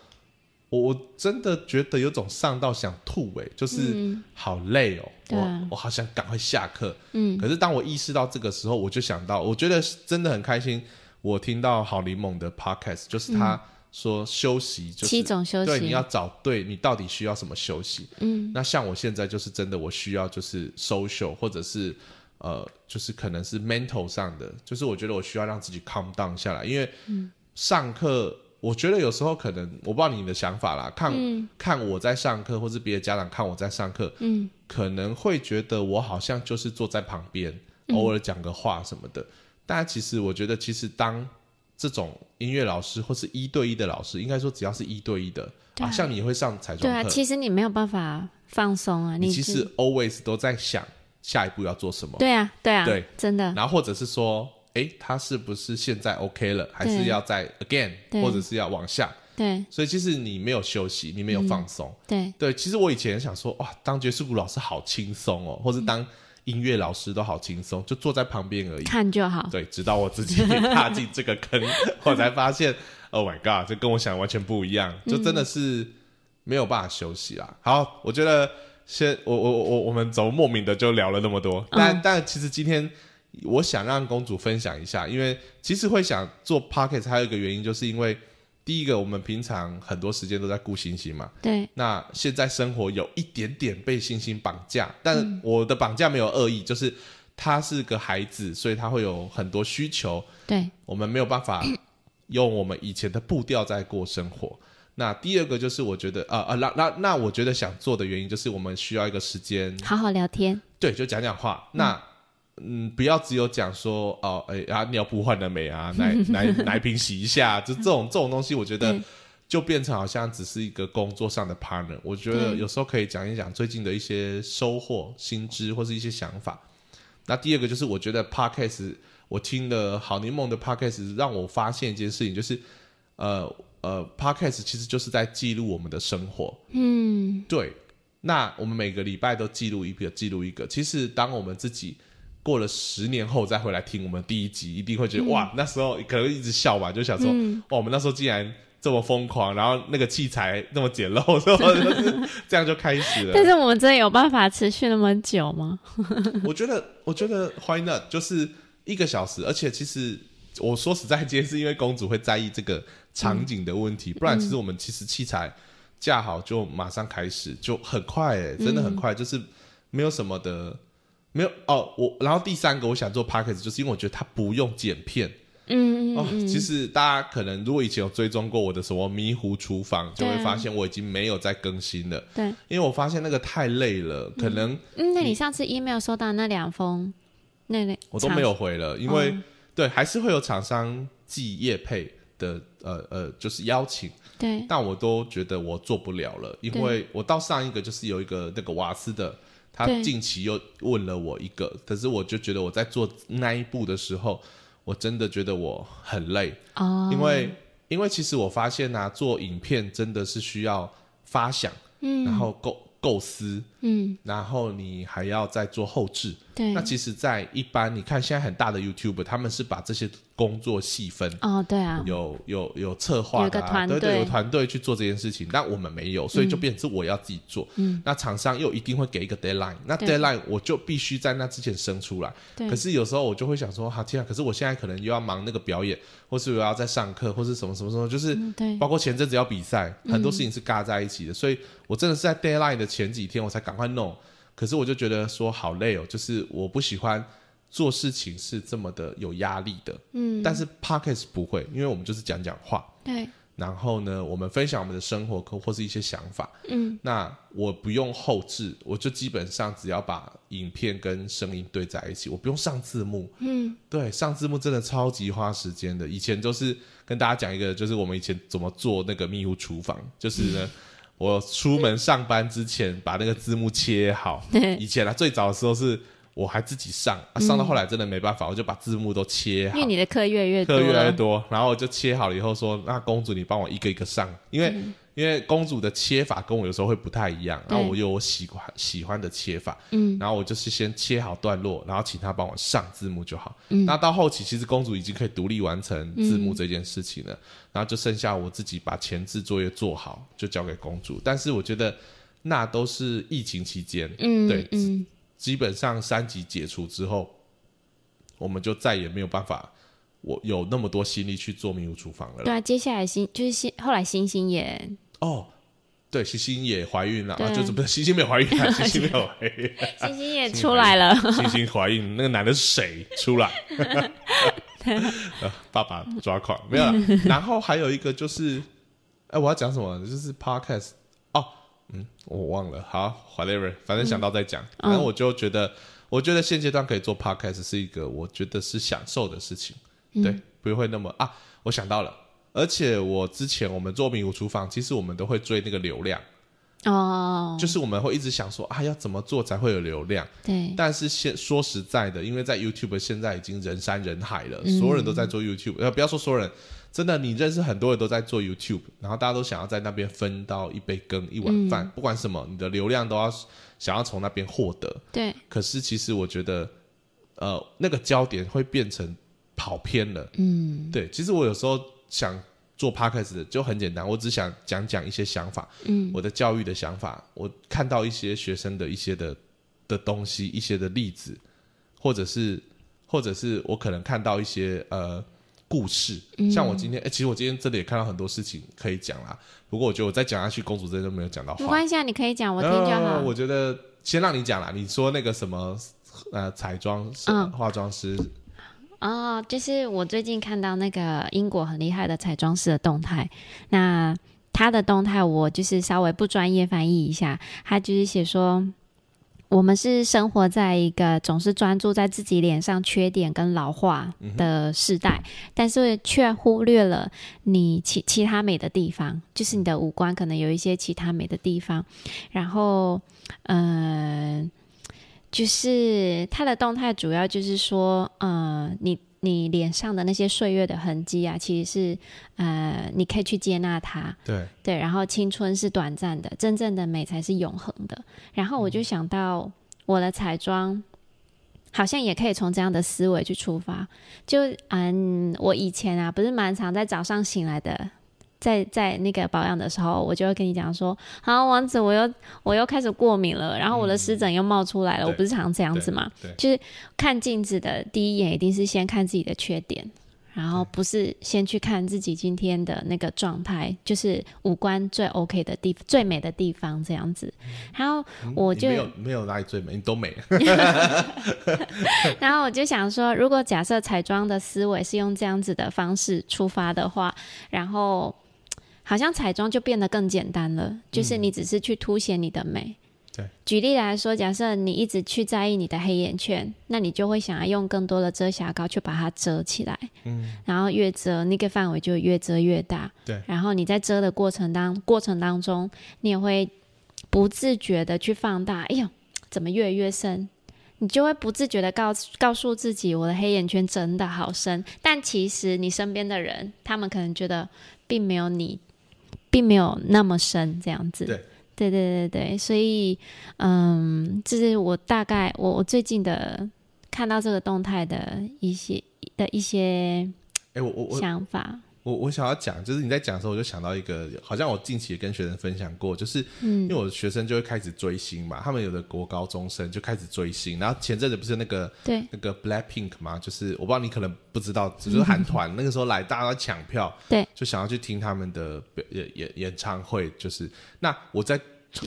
[SPEAKER 2] 我我真的觉得有种上到想吐哎、就是好累哦，
[SPEAKER 1] 嗯对啊
[SPEAKER 2] 我我好想赶快下课。
[SPEAKER 1] 嗯，
[SPEAKER 2] 可是当我意识到这个时候，我就想到，我觉得真的很开心，我听到好柠檬的 podcast，就是他说休息就是
[SPEAKER 1] 嗯七种休
[SPEAKER 2] 对，你
[SPEAKER 1] 息
[SPEAKER 2] 要，找对你到底需要什么休息。
[SPEAKER 1] 嗯，
[SPEAKER 2] 那像我现在就是真的，我需要就是 social 或者是呃，就是可能是 mental 上的，就是我觉得我需要让自己 calm down 下来，因为
[SPEAKER 1] 嗯
[SPEAKER 2] 上课。我觉得有时候可能我不知道你的想法啦，看、看我在上课，或是别的家长看我在上课，
[SPEAKER 1] 嗯，
[SPEAKER 2] 可能会觉得我好像就是坐在旁边，
[SPEAKER 1] 嗯
[SPEAKER 2] 偶尔讲个话什么的。但其实我觉得，其实当这种音乐老师或是一对一的老师，应该说只要是一对一的，
[SPEAKER 1] 对啊
[SPEAKER 2] 像你也会上彩妆
[SPEAKER 1] 对
[SPEAKER 2] 课，
[SPEAKER 1] 啊，其实你没有办法放松啊，
[SPEAKER 2] 你
[SPEAKER 1] 你
[SPEAKER 2] 其
[SPEAKER 1] 是
[SPEAKER 2] 实哦 always 都在想下一步要做什么，
[SPEAKER 1] 对啊，对啊，
[SPEAKER 2] 对，
[SPEAKER 1] 真的，
[SPEAKER 2] 然后或者是说，诶，他是不是现在 OK 了，还是
[SPEAKER 1] 对
[SPEAKER 2] 要再 again，
[SPEAKER 1] 对
[SPEAKER 2] 或者是要往下？
[SPEAKER 1] 对
[SPEAKER 2] 所以其实你没有休息，你
[SPEAKER 1] 嗯
[SPEAKER 2] 没有放松。
[SPEAKER 1] 对，
[SPEAKER 2] 对，其实我以前想说，哇，当爵士鼓老师好轻松
[SPEAKER 1] 嗯
[SPEAKER 2] 哦，或是当音乐老师都好轻松，就坐在旁边而已。
[SPEAKER 1] 看就好，
[SPEAKER 2] 对，直到我自己 踏进这个坑， 我才发现，Oh my god，这跟我想的完全不一样，就真的是没有办法休息啦。好，我觉得先我我我我们怎么莫名的就聊了那么多，但、但其实今天。我想让公主分享一下，因为其实会想做 p o c k e t 还有一个原因，就是因为第一个，我们平常很多时间都在顾星星嘛，
[SPEAKER 1] 对，
[SPEAKER 2] 那现在生活有一点点被星星绑架，但我的绑架没有恶意，就是他是个孩子，所以他会有很多需求，
[SPEAKER 1] 对，
[SPEAKER 2] 我们没有办法用我们以前的步调在过生活。那第二个就是我觉得，呃呃，那那那我觉得想做的原因就是我们需要一个时间，
[SPEAKER 1] 好好聊天，
[SPEAKER 2] 对，就讲讲话。那嗯，不要只有讲说哦，哎、啊，尿布换了没啊？ 奶奶奶瓶洗一下，就这种这种东西，我觉得
[SPEAKER 1] 对
[SPEAKER 2] 就变成好像只是一个工作上的 partner。我觉得
[SPEAKER 1] 对
[SPEAKER 2] 有时候可以讲一讲最近的一些收获、新知或是一些想法。那第二个就是，我觉得 podcast，我听了好柠檬的 podcast，让我发现一件事情，就是呃呃，podcast 其实就是在记录我们的生活。
[SPEAKER 1] 嗯，
[SPEAKER 2] 对，那我们每个礼拜都记录一个，记录一个。其实当我们自己过了十年后再回来听我们第一集，一定会觉得、哇，那时候可能一直笑吧，就想说、哇，我们那时候竟然这么疯狂，然后那个器材那么简陋， 然后就是这样就开始了
[SPEAKER 1] 但。是我们真的有办法持续那么久吗？
[SPEAKER 2] 我觉得，我觉得 why not 就是一个小时，而且其实我说实在，今天是因为公主会在意这个场景的问
[SPEAKER 1] 嗯
[SPEAKER 2] 题，不然其实我们其实器材架好就马上开始，就很快哎、
[SPEAKER 1] 嗯
[SPEAKER 2] 真的很快，就是没有什么的，没有哦。我然后第三个我想做 p a c k a g e 就是因为我觉得它不用剪片。
[SPEAKER 1] 嗯
[SPEAKER 2] 哦
[SPEAKER 1] 嗯，嗯，
[SPEAKER 2] 其实大家可能如果以前有追踪过我的什么迷糊厨房，就
[SPEAKER 1] 对啊
[SPEAKER 2] 会发现我已经没有在更新了，
[SPEAKER 1] 嗯对，
[SPEAKER 2] 因为我发现那个太累了，可能
[SPEAKER 1] 嗯，那你上次 email 收到那两封，那那
[SPEAKER 2] 我都没有回了，因为、
[SPEAKER 1] 嗯
[SPEAKER 2] 对还是会有厂商寄业配的呃呃，就是邀请，
[SPEAKER 1] 长对，
[SPEAKER 2] 但我都觉得我做不了了，因为我到上一个就是有一个那个瓦斯的，他
[SPEAKER 1] 对
[SPEAKER 2] 近期又问了我一个，可是我就觉得我在做那一步的时候，我真的觉得我很累，
[SPEAKER 1] 哦，
[SPEAKER 2] 因为因为其实我发现啊，做影片真的是需要发想，
[SPEAKER 1] 嗯
[SPEAKER 2] 然后构构思，
[SPEAKER 1] 嗯，
[SPEAKER 2] 然后你还要再做后置。
[SPEAKER 1] 对
[SPEAKER 2] 那，其实，在一般你看现在很大的 YouTube，他们是把这些工作细分，
[SPEAKER 1] 哦，对啊，
[SPEAKER 2] 有有有策划
[SPEAKER 1] 有一
[SPEAKER 2] 的、
[SPEAKER 1] 个
[SPEAKER 2] 啊，
[SPEAKER 1] 团
[SPEAKER 2] 对对，
[SPEAKER 1] 队嗯
[SPEAKER 2] 有团队去做这件事情。但我们没有，所以就变成是我要自己做。嗯，那厂商又一定会给一个 deadline，那
[SPEAKER 1] 对
[SPEAKER 2] deadline 我就必须在那之前生出来。
[SPEAKER 1] 对
[SPEAKER 2] 可是有时候我就会想说，哈、天啊！可是我现在可能又要忙那个表演，或是我要在上课，或是什么什么什么，就是
[SPEAKER 1] 嗯对
[SPEAKER 2] 包括前阵子要比赛，很多事情是尬在一起的，所以我真的是在 deadline 的前几天我才赶快弄。可是我就觉得说好累哦，就是我不喜欢做事情是这么的有压力的。
[SPEAKER 1] 嗯，
[SPEAKER 2] 但是 podcast 不会，因为我们就是讲讲话，
[SPEAKER 1] 对，
[SPEAKER 2] 然后呢，我们分享我们的生活或或是一些想法。
[SPEAKER 1] 嗯，
[SPEAKER 2] 那我不用后置，我就基本上只要把影片跟声音对在一起，我不用上字幕。
[SPEAKER 1] 嗯，
[SPEAKER 2] 对，上字幕真的超级花时间的。以前都是跟大家讲一个，就是我们以前怎么做那个迷糊厨房，就是呢，我出门上班之前把那个字幕切好。
[SPEAKER 1] 对
[SPEAKER 2] 以前啊，最早的时候是我还自己上，啊、上到后来真的没办法，我就把字幕都切好
[SPEAKER 1] 因为。你的课越来越多
[SPEAKER 2] 课越来
[SPEAKER 1] 了，
[SPEAKER 2] 越多，然后我就切好了以后说，那公主你帮我一个一个上，因为、因为公主的切法跟我有时候会不太一样，
[SPEAKER 1] 嗯对
[SPEAKER 2] 然后我有我喜欢喜欢的切法，
[SPEAKER 1] 嗯，
[SPEAKER 2] 然后我就是先切好段落，然后请她帮我上字幕就好。
[SPEAKER 1] 嗯
[SPEAKER 2] 那到后期其实公主已经可以独立完成字幕这件事情了，然后就剩下我自己把前置作业做好，就交给公主。但是我觉得那都是疫情期间，
[SPEAKER 1] 嗯，
[SPEAKER 2] 对
[SPEAKER 1] 嗯，
[SPEAKER 2] 基本上三级解除之后，我们就再也没有办法，我有那么多心力去做迷糊厨房了
[SPEAKER 1] 对
[SPEAKER 2] 啦。
[SPEAKER 1] 啊，接下来星就是星，后来星星也
[SPEAKER 2] 哦，对，星星也怀孕了，
[SPEAKER 1] 对
[SPEAKER 2] 啊、就是不是星星没有怀孕、啊，星星没有怀孕，
[SPEAKER 1] 星星也
[SPEAKER 2] 星
[SPEAKER 1] 出来了，
[SPEAKER 2] 星星怀孕，那个男的是谁出来？ 呃爸爸抓狂没有啦？然后还有一个就是，哎、我要讲什么？就是 podcast 哦，嗯，我忘了，好，whatever，反正想到再讲。反正我就觉得，我觉得现阶段可以做 podcast 是一个我觉得是享受的事情，对，不会那么啊。我想到了，而且我之前我们做迷糊厨房，其实我们都会追那个流量，
[SPEAKER 1] 哦，
[SPEAKER 2] 就是我们会一直想说啊，要怎么做才会有流量。
[SPEAKER 1] 对，
[SPEAKER 2] 但是现说实在的，因为在 YouTube 现在已经人山人海了，所有人都在做 YouTube，呃，不要说所有人，真的你认识很多人都在做 YouTube，然后大家都想要在那边分到一杯羹、一碗饭，不管什么，你的流量都要想要从那边获得。
[SPEAKER 1] 对，
[SPEAKER 2] 可是其实我觉得，呃，那个焦点会变成跑偏了。
[SPEAKER 1] 嗯，
[SPEAKER 2] 对，其实我有时候想做 podcast 的就很简单，我只想讲讲一些想法，嗯，我的教育的想法，我看到一些学生的一些的的东西，一些的例子，或者是或者是我可能看到一些呃。故事，
[SPEAKER 1] 嗯
[SPEAKER 2] 像我今天，哎、其实我今天真的也看到很多事情可以讲啦。不过我觉得我再讲下去，公主真的没有讲到话。
[SPEAKER 1] 没关系啊，你可以讲，我听就
[SPEAKER 2] 呃
[SPEAKER 1] 好。
[SPEAKER 2] 我觉得先让你讲啦，你说那个什么呃彩妆师、
[SPEAKER 1] 嗯
[SPEAKER 2] 化妆师，
[SPEAKER 1] 哦，就是我最近看到那个英国很厉害的彩妆师的动态，那他的动态我就是稍微不专业翻译一下，他就是写说。我们是生活在一个总是专注在自己脸上缺点跟老化的时代，但是却忽略了你其其他美的地方，就是你的五官可能有一些其他美的地方。然后，嗯、就是它的动态主要就是说，呃，你你脸上的那些岁月的痕迹啊，其实是呃，你可以去接纳它，
[SPEAKER 2] 对，
[SPEAKER 1] 对。然后青春是短暂的，真正的美才是永恒的。然后我就想到我的彩妆。好像也可以从这样的思维去出发，就嗯，我以前啊，不是蛮常在早上醒来的，在在那个保养的时候，我就会跟你讲说，好，王子，我又我又开始过敏了，然后我的湿疹又冒出来了，
[SPEAKER 2] 对
[SPEAKER 1] 我不是常这样子
[SPEAKER 2] 对
[SPEAKER 1] 嘛，
[SPEAKER 2] 对
[SPEAKER 1] 就是看镜子的第一眼一定是先看自己的缺点，然后不是先去看自己今天的那个状态，就是五官最 OK 的地最美的地方这样子。
[SPEAKER 2] 嗯
[SPEAKER 1] 然后我
[SPEAKER 2] 你
[SPEAKER 1] 就
[SPEAKER 2] 没有没有哪里最美，你都美，
[SPEAKER 1] 然后我就想说，如果假设彩妆的思维是用这样子的方式出发的话，然后好像彩妆就变得更简单了，就是你只是去凸显你的美。
[SPEAKER 2] 嗯对
[SPEAKER 1] 举例来说，假设你一直去在意你的黑眼圈，那你就会想要用更多的遮瑕膏去把它遮起来。嗯，然后越遮那个范围就越遮越大。
[SPEAKER 2] 对
[SPEAKER 1] 然后你在遮的过程当过程当中，你也会不自觉的去放大。哎呦，怎么越来越深？你就会不自觉的告诉告诉自己，我的黑眼圈真的好深。但其实你身边的人，他们可能觉得并没有你，并没有那么深这样子。
[SPEAKER 2] 对，
[SPEAKER 1] 对对对对，所以嗯，这是我大概我我最近的看到这个动态的一些的一些
[SPEAKER 2] 哎、我我我
[SPEAKER 1] 想法。
[SPEAKER 2] 我我想要讲，就是你在讲的时候，我就想到一个，好像我近期也跟学生分享过，就是因为我的学生就会开始追星嘛，他们有的国高中生就开始追星，然后前阵子不是那个
[SPEAKER 1] 对，
[SPEAKER 2] 那个 Black Pink 嘛，就是我不知道你可能不知道，只是 韩团那个时候来，大家都在抢票，
[SPEAKER 1] 对，
[SPEAKER 2] 就想要去听他们的表演演演唱会，就是那我在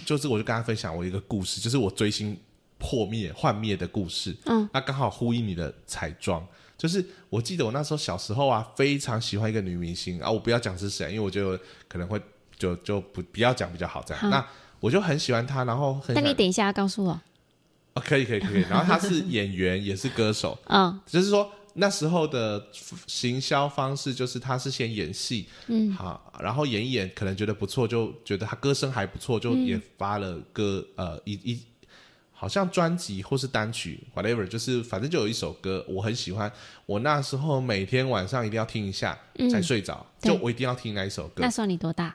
[SPEAKER 2] 就是我就跟他分享我一个故事，就是我追星破灭幻灭的故事，
[SPEAKER 1] 嗯，
[SPEAKER 2] 那刚好呼应你的彩妆。就是我记得我那时候小时候啊，非常喜欢一个女明星啊，我不要讲是谁，因为我就可能会就就不不要讲比较好这样。那我就很喜欢她，然后很
[SPEAKER 1] 那
[SPEAKER 2] 想
[SPEAKER 1] 你等一下告诉我。
[SPEAKER 2] 啊，可以可以可以。然后她是演员，也是歌手，
[SPEAKER 1] 嗯
[SPEAKER 2] 就是说那时候的行销方式就是他是先演戏，嗯，好，然后演一演，可能觉得不错，就觉得他歌声还不错，就
[SPEAKER 1] 嗯
[SPEAKER 2] 也发了歌，呃，一一。好像专辑或是单曲，whatever，就是反正就有一首歌我很喜欢，我那时候每天晚上一定要听一下、才睡着，
[SPEAKER 1] 嗯对
[SPEAKER 2] 就我一定要听那一首歌
[SPEAKER 1] 那。时候你多大？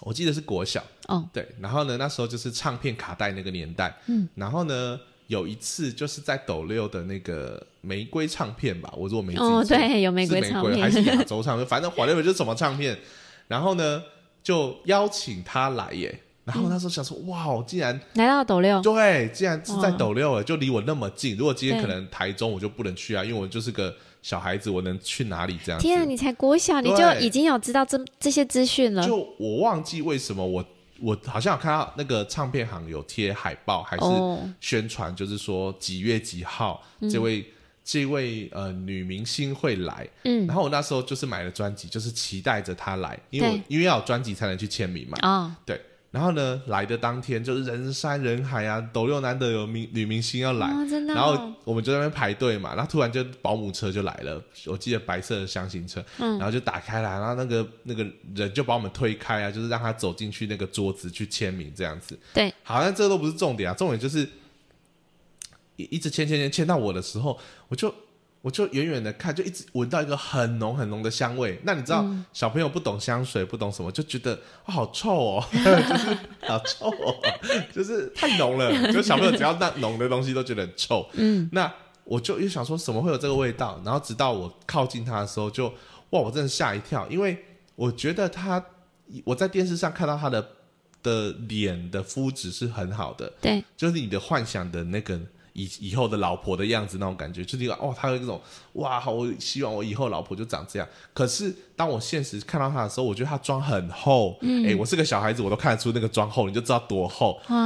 [SPEAKER 2] 我记得是国小，
[SPEAKER 1] 哦，
[SPEAKER 2] 对，然后呢，那时候就是唱片卡带那个年代，嗯，然后呢，有一次就是在斗六的那个玫瑰唱片吧，我如果没记
[SPEAKER 1] 哦，
[SPEAKER 2] 错
[SPEAKER 1] 对，有玫瑰
[SPEAKER 2] 是
[SPEAKER 1] 唱
[SPEAKER 2] 还是
[SPEAKER 1] 片。
[SPEAKER 2] 亚洲唱片，反正 whatever 就是什么唱片，然后呢，就邀请他来耶，然后那时候想说，哇，竟然
[SPEAKER 1] 来到斗六，
[SPEAKER 2] 对，既然是在
[SPEAKER 1] 嗯哇
[SPEAKER 2] 斗六了，就离我那么近，如果今天
[SPEAKER 1] 对
[SPEAKER 2] 可能台中我就不能去啊，因为我就是个小孩子，我能去哪里这样子？
[SPEAKER 1] 天啊，你才国小，你就
[SPEAKER 2] 对
[SPEAKER 1] 已经有知道这这些资讯了。
[SPEAKER 2] 就我忘记为什么我我好像有看到那个唱片行有贴海报还是
[SPEAKER 1] 哦嗯
[SPEAKER 2] 宣传，就是说几月几号、这位这位呃女明星会来，
[SPEAKER 1] 嗯
[SPEAKER 2] 然后我那时候就是买了专辑，就是期待着她来，因为我
[SPEAKER 1] 对
[SPEAKER 2] 因为要有专辑才能去签名嘛，
[SPEAKER 1] 哦，
[SPEAKER 2] 对。然后呢，来的当天就是人山人海啊，斗六难得有明女明星要来，
[SPEAKER 1] 哦真的哦
[SPEAKER 2] 然后我们就在那边排队嘛，然后突然就保姆车就来了，我记得白色的箱型车，然后就打开来，然后那个那个人就把我们推开啊，就是让他走进去那个桌子去签名这样子。
[SPEAKER 1] 对，
[SPEAKER 2] 好，像这都不是重点啊，重点就是一一直签签签签到我的时候，我就我就远远的看，就一直闻到一个很浓很浓的香味。那你知道、小朋友不懂香水，不懂什么，就觉得、哦、好臭哦， 就是好臭哦，就是太浓了。就小朋友只要那浓的东西都觉得很臭。嗯，那我就又想说怎么会有这个味道？然后直到我靠近它的时候就，哇，我真的吓一跳，因为我觉得它，我在电视上看到它的的脸的肤质是很好的，
[SPEAKER 1] 对，
[SPEAKER 2] 就是你的幻想的那个以以后的老婆的样子那种感觉，就是一个哦，他有一种哇，好，我希望我以后老婆就长这样。可是当我现实看到他的时候，我觉得他妆很厚，嗯，哎、我是个小孩子，我都看得出那个妆厚，你就知道多厚。
[SPEAKER 1] 哇，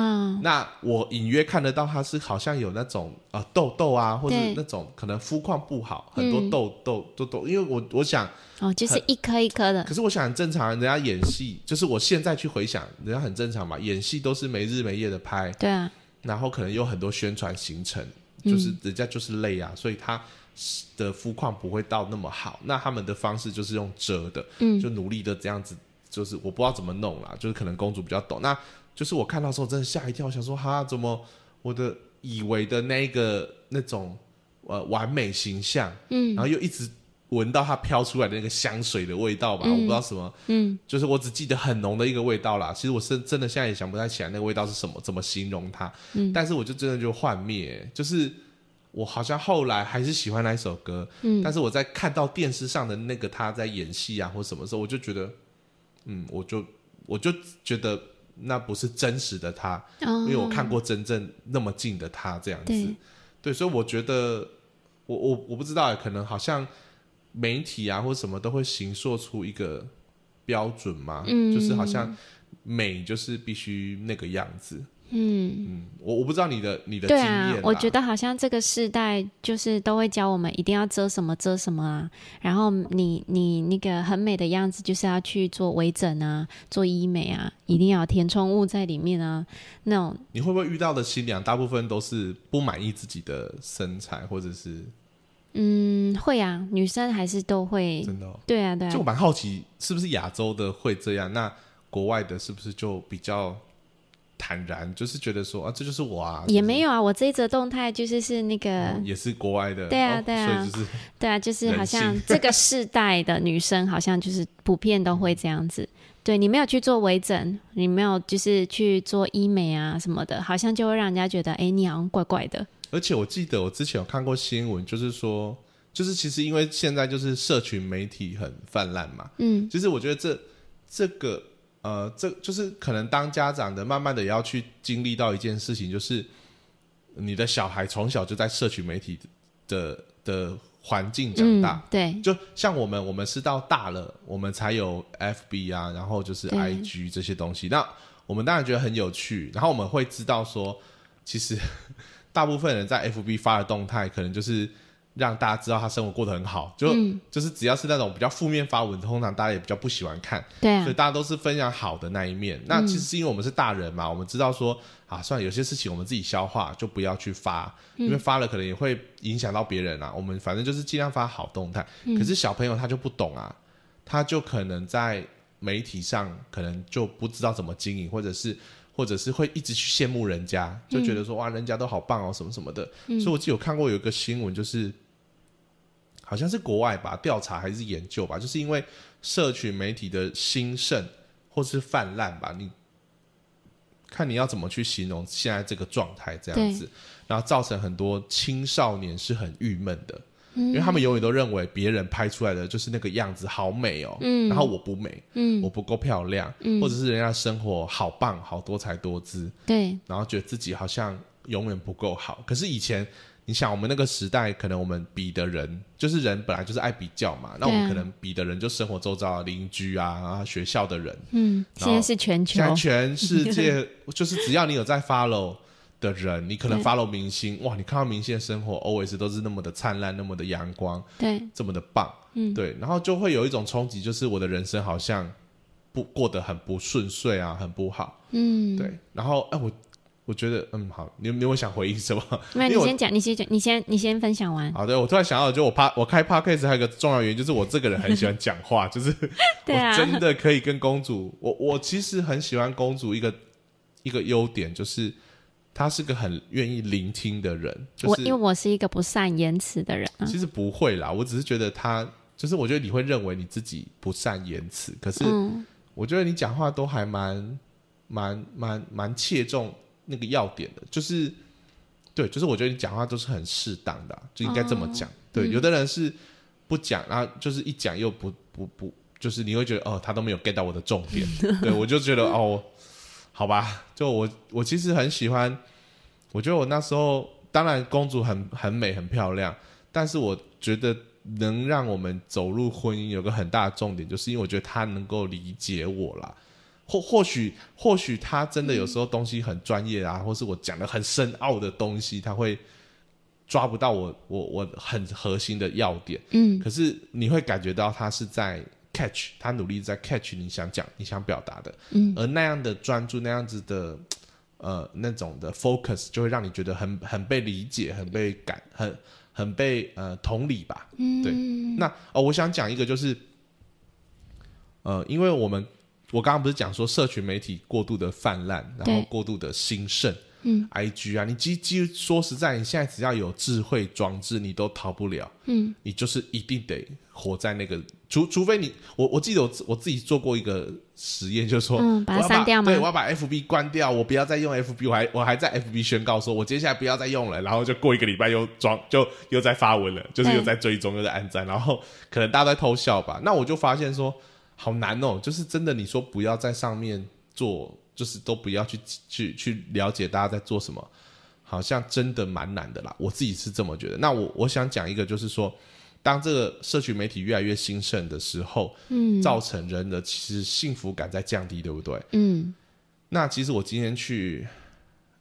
[SPEAKER 2] 那我隐约看得到他是好像有那种啊、呃痘痘啊，或者
[SPEAKER 1] 对
[SPEAKER 2] 那种可能肤况不好，很多
[SPEAKER 1] 嗯
[SPEAKER 2] 痘痘痘痘。因为我我想
[SPEAKER 1] 哦，就是一颗一颗的，
[SPEAKER 2] 可是我想，正常人家演戏，就是我现在去回想，人家很正常嘛，演戏都是没日没夜的拍，
[SPEAKER 1] 对啊，
[SPEAKER 2] 然后可能有很多宣传行程，
[SPEAKER 1] 嗯
[SPEAKER 2] 就是人家就是累啊，所以他的肤况不会到那么好。那他们的方式就是用遮的，
[SPEAKER 1] 嗯
[SPEAKER 2] 就努力的这样子，就是我不知道怎么弄啦，就是可能公主比较懂。那就是我看到的时候真的吓一跳，我想说哈，怎么我的以为的那个那种呃完美形象，
[SPEAKER 1] 嗯
[SPEAKER 2] 然后又一直闻到它飘出来的那个香水的味道吧，
[SPEAKER 1] 嗯
[SPEAKER 2] 我不知道什么，
[SPEAKER 1] 嗯，
[SPEAKER 2] 就是我只记得很浓的一个味道啦。其实我是真的现在也想不太起来那个味道是什么，怎么形容它。
[SPEAKER 1] 嗯
[SPEAKER 2] 但是我就真的就幻灭，就是我好像后来还是喜欢那一首歌，
[SPEAKER 1] 嗯
[SPEAKER 2] 但是我在看到电视上的那个他在演戏啊或什么时候，我就觉得，嗯，我就我就觉得那不是真实的他，
[SPEAKER 1] 哦
[SPEAKER 2] 因为我看过真正那么近的他这样子，
[SPEAKER 1] 对
[SPEAKER 2] 对，所以我觉得我我我不知道耶，可能好像媒体啊或什么都会形塑出一个标准嘛，
[SPEAKER 1] 嗯
[SPEAKER 2] 就是好像美就是必须那个样子，
[SPEAKER 1] 嗯，
[SPEAKER 2] 嗯，我我不知道你的你的经
[SPEAKER 1] 对
[SPEAKER 2] 验啦、
[SPEAKER 1] 啊，我觉得好像这个世代就是都会教我们一定要遮什么遮什么啊，然后你你那个很美的样子就是要去做微整啊，做医美啊，一定要有填充物在里面啊，那种
[SPEAKER 2] 你会不会遇到的新娘大部分都是不满意自己的身材，或者是
[SPEAKER 1] 嗯会啊，女生还是都会，
[SPEAKER 2] 真的、哦？
[SPEAKER 1] 对啊对
[SPEAKER 2] 就我
[SPEAKER 1] 啊，
[SPEAKER 2] 蛮好奇，是不是亚洲的会这样？那国外的是不是就比较坦然，就是觉得说啊，这就是我啊，
[SPEAKER 1] 也
[SPEAKER 2] 就是
[SPEAKER 1] 没有啊，我这一则动态就是是那个。
[SPEAKER 2] 哦也是国外的，
[SPEAKER 1] 对啊
[SPEAKER 2] 哦
[SPEAKER 1] 对啊
[SPEAKER 2] 所以就是
[SPEAKER 1] 对啊，就是好像
[SPEAKER 2] 人
[SPEAKER 1] 这个世代的女生，好像就是普遍都会这样子。对你没有去做微整，你没有就是去做医美啊什么的，好像就会让人家觉得，哎，你好像怪怪的。
[SPEAKER 2] 而且我记得我之前有看过新闻，就是说，就是其实因为现在就是社群媒体很泛滥嘛，
[SPEAKER 1] 嗯，
[SPEAKER 2] 其实我觉得这这个呃，这就是可能当家长的，慢慢的也要去经历到一件事情，就是你的小孩从小就在社群媒体的的的环境长大。
[SPEAKER 1] 嗯，对，
[SPEAKER 2] 就像我们，我们是到大了，我们才有 FB 啊，然后就是
[SPEAKER 1] 对
[SPEAKER 2] IG 这些东西。那我们当然觉得很有趣，然后我们会知道说，其实 大部分人在 FB 发的动态，可能就是让大家知道他生活过得很好，就、
[SPEAKER 1] 嗯
[SPEAKER 2] 就是只要是那种比较负面发文，通常大家也比较不喜欢看。
[SPEAKER 1] 对啊嗯
[SPEAKER 2] 所以，大家都是分享好的那一面。那其实是因为我们是大人嘛，我们知道说啊，算了，有些事情我们自己消化，就不要去发，
[SPEAKER 1] 嗯
[SPEAKER 2] 因为发了可能也会影响到别人啊。我们反正就是尽量发好动态。
[SPEAKER 1] 嗯
[SPEAKER 2] 可是小朋友他就不懂啊，他就可能在媒体上可能就不知道怎么经营，或者是。或者是会一直去羡慕人家，就觉得说、哇，人家都好棒哦，什么什么的。所以我记得有看过有一个新闻，就是好像是国外吧，调查还是研究吧，就是因为社群媒体的兴盛或是泛滥吧，你看你要怎么去形容现在这个状态这样子，然后造成很多青少年是很郁闷的，因为他们永远都认为别人拍出来的就是那个样子好美哦，
[SPEAKER 1] 嗯
[SPEAKER 2] 然后我不美，
[SPEAKER 1] 嗯，
[SPEAKER 2] 我不够漂亮，
[SPEAKER 1] 嗯
[SPEAKER 2] 或者是人家生活好棒，好多才多姿，
[SPEAKER 1] 对，
[SPEAKER 2] 然后觉得自己好像永远不够好。可是以前，你想我们那个时代，可能我们比的人，就是人本来就是爱比较嘛，那我
[SPEAKER 1] 对
[SPEAKER 2] 们
[SPEAKER 1] 啊
[SPEAKER 2] 可能比的人就生活周遭的邻居啊，然后学校的人，
[SPEAKER 1] 嗯，
[SPEAKER 2] 然
[SPEAKER 1] 现
[SPEAKER 2] 后
[SPEAKER 1] 在是全球
[SPEAKER 2] 现，在全世界就是只要你有在 follow 的人，你可能
[SPEAKER 1] 对
[SPEAKER 2] follow 明星，哇，你看到明星的生活 always 都是那么的灿烂，那么的阳光，
[SPEAKER 1] 对，
[SPEAKER 2] 这么的棒，
[SPEAKER 1] 嗯
[SPEAKER 2] 对，然后就会有一种冲击，就是我的人生好像不过得很不顺遂啊，很不好，
[SPEAKER 1] 嗯，
[SPEAKER 2] 对，然后哎、我我觉得嗯好，你你有没有想回应什么？
[SPEAKER 1] 那你
[SPEAKER 2] 因为我
[SPEAKER 1] 先讲，你先讲，你先你先分享完。
[SPEAKER 2] 好的，我突然想到，就我趴我开 podcast 还有一个重要原因，就是我这个人很喜欢讲话， 就是
[SPEAKER 1] 对啊
[SPEAKER 2] 我真的可以跟公主，我我其实很喜欢公主一个一个优点，就是她是个很愿意聆听的人，就
[SPEAKER 1] 我因为
[SPEAKER 2] 是
[SPEAKER 1] 我是一个不善言辞的人啊，
[SPEAKER 2] 其实不会啦，我只是觉得她。就是我觉得你会认为你自己不善言辞，可是
[SPEAKER 1] 嗯，
[SPEAKER 2] 我觉得你讲话都还蛮蛮蛮蛮切中那个要点的，就是对，就是我觉得你讲话都是很适当的啊、就应该这么讲。对，有的人是不讲，然后就是一讲又不不不，就是你会觉得哦，他都没有 get 到我的重点。对我就觉得哦，好吧，就我我其实很喜欢，我觉得我那时候当然公主很很美很漂亮，但是我觉得能让我们走入婚姻有个很大的重点，就是因为我觉得她能够理解我啦。或或许或许她真的有时候东西很专业啊，或是我讲的很深奥的东西，她会抓不到我我我很核心的要点。
[SPEAKER 1] 嗯
[SPEAKER 2] 可是你会感觉到他是在 catch，他努力在 catch 你想讲、你想表达的，
[SPEAKER 1] 嗯，
[SPEAKER 2] 而那样的专注、那样子的呃那种的 focus，就会让你觉得很很被理解、很被感、很很被呃同理吧。对
[SPEAKER 1] 嗯，
[SPEAKER 2] 那哦，我想讲一个就是，呃，因为我们我刚刚不是讲说社群媒体过度的泛滥，然
[SPEAKER 1] 对
[SPEAKER 2] 后过度的兴盛，
[SPEAKER 1] 嗯
[SPEAKER 2] ，IG 啊，你几几乎说实在，你现在只要有智慧装置，你都逃不了，
[SPEAKER 1] 嗯，
[SPEAKER 2] 你就是一定得活在那个，除除非你，我我记得我自我自己做过一个实验，就是说，
[SPEAKER 1] 嗯把它
[SPEAKER 2] 我要
[SPEAKER 1] 删掉吗
[SPEAKER 2] 对，我要把 FB 关掉，我不要再用 FB，我还我还在 FB 宣告说，我接下来不要再用了，然后就过一个礼拜又装就又在发文了，就是
[SPEAKER 1] 对
[SPEAKER 2] 又在追踪又在按赞，然后可能大家都在偷笑吧。 那我就发现说，好难哦，就是真的你说不要在上面做，就是都不要去去去了解大家在做什么，好像真的蛮难的啦。我自己是这么觉得。那我我想讲一个，就是说。当这个社群媒体越来越兴盛的时候，
[SPEAKER 1] 嗯
[SPEAKER 2] 造成人的其实幸福感在降低，对不对？
[SPEAKER 1] 嗯
[SPEAKER 2] 那其实我今天去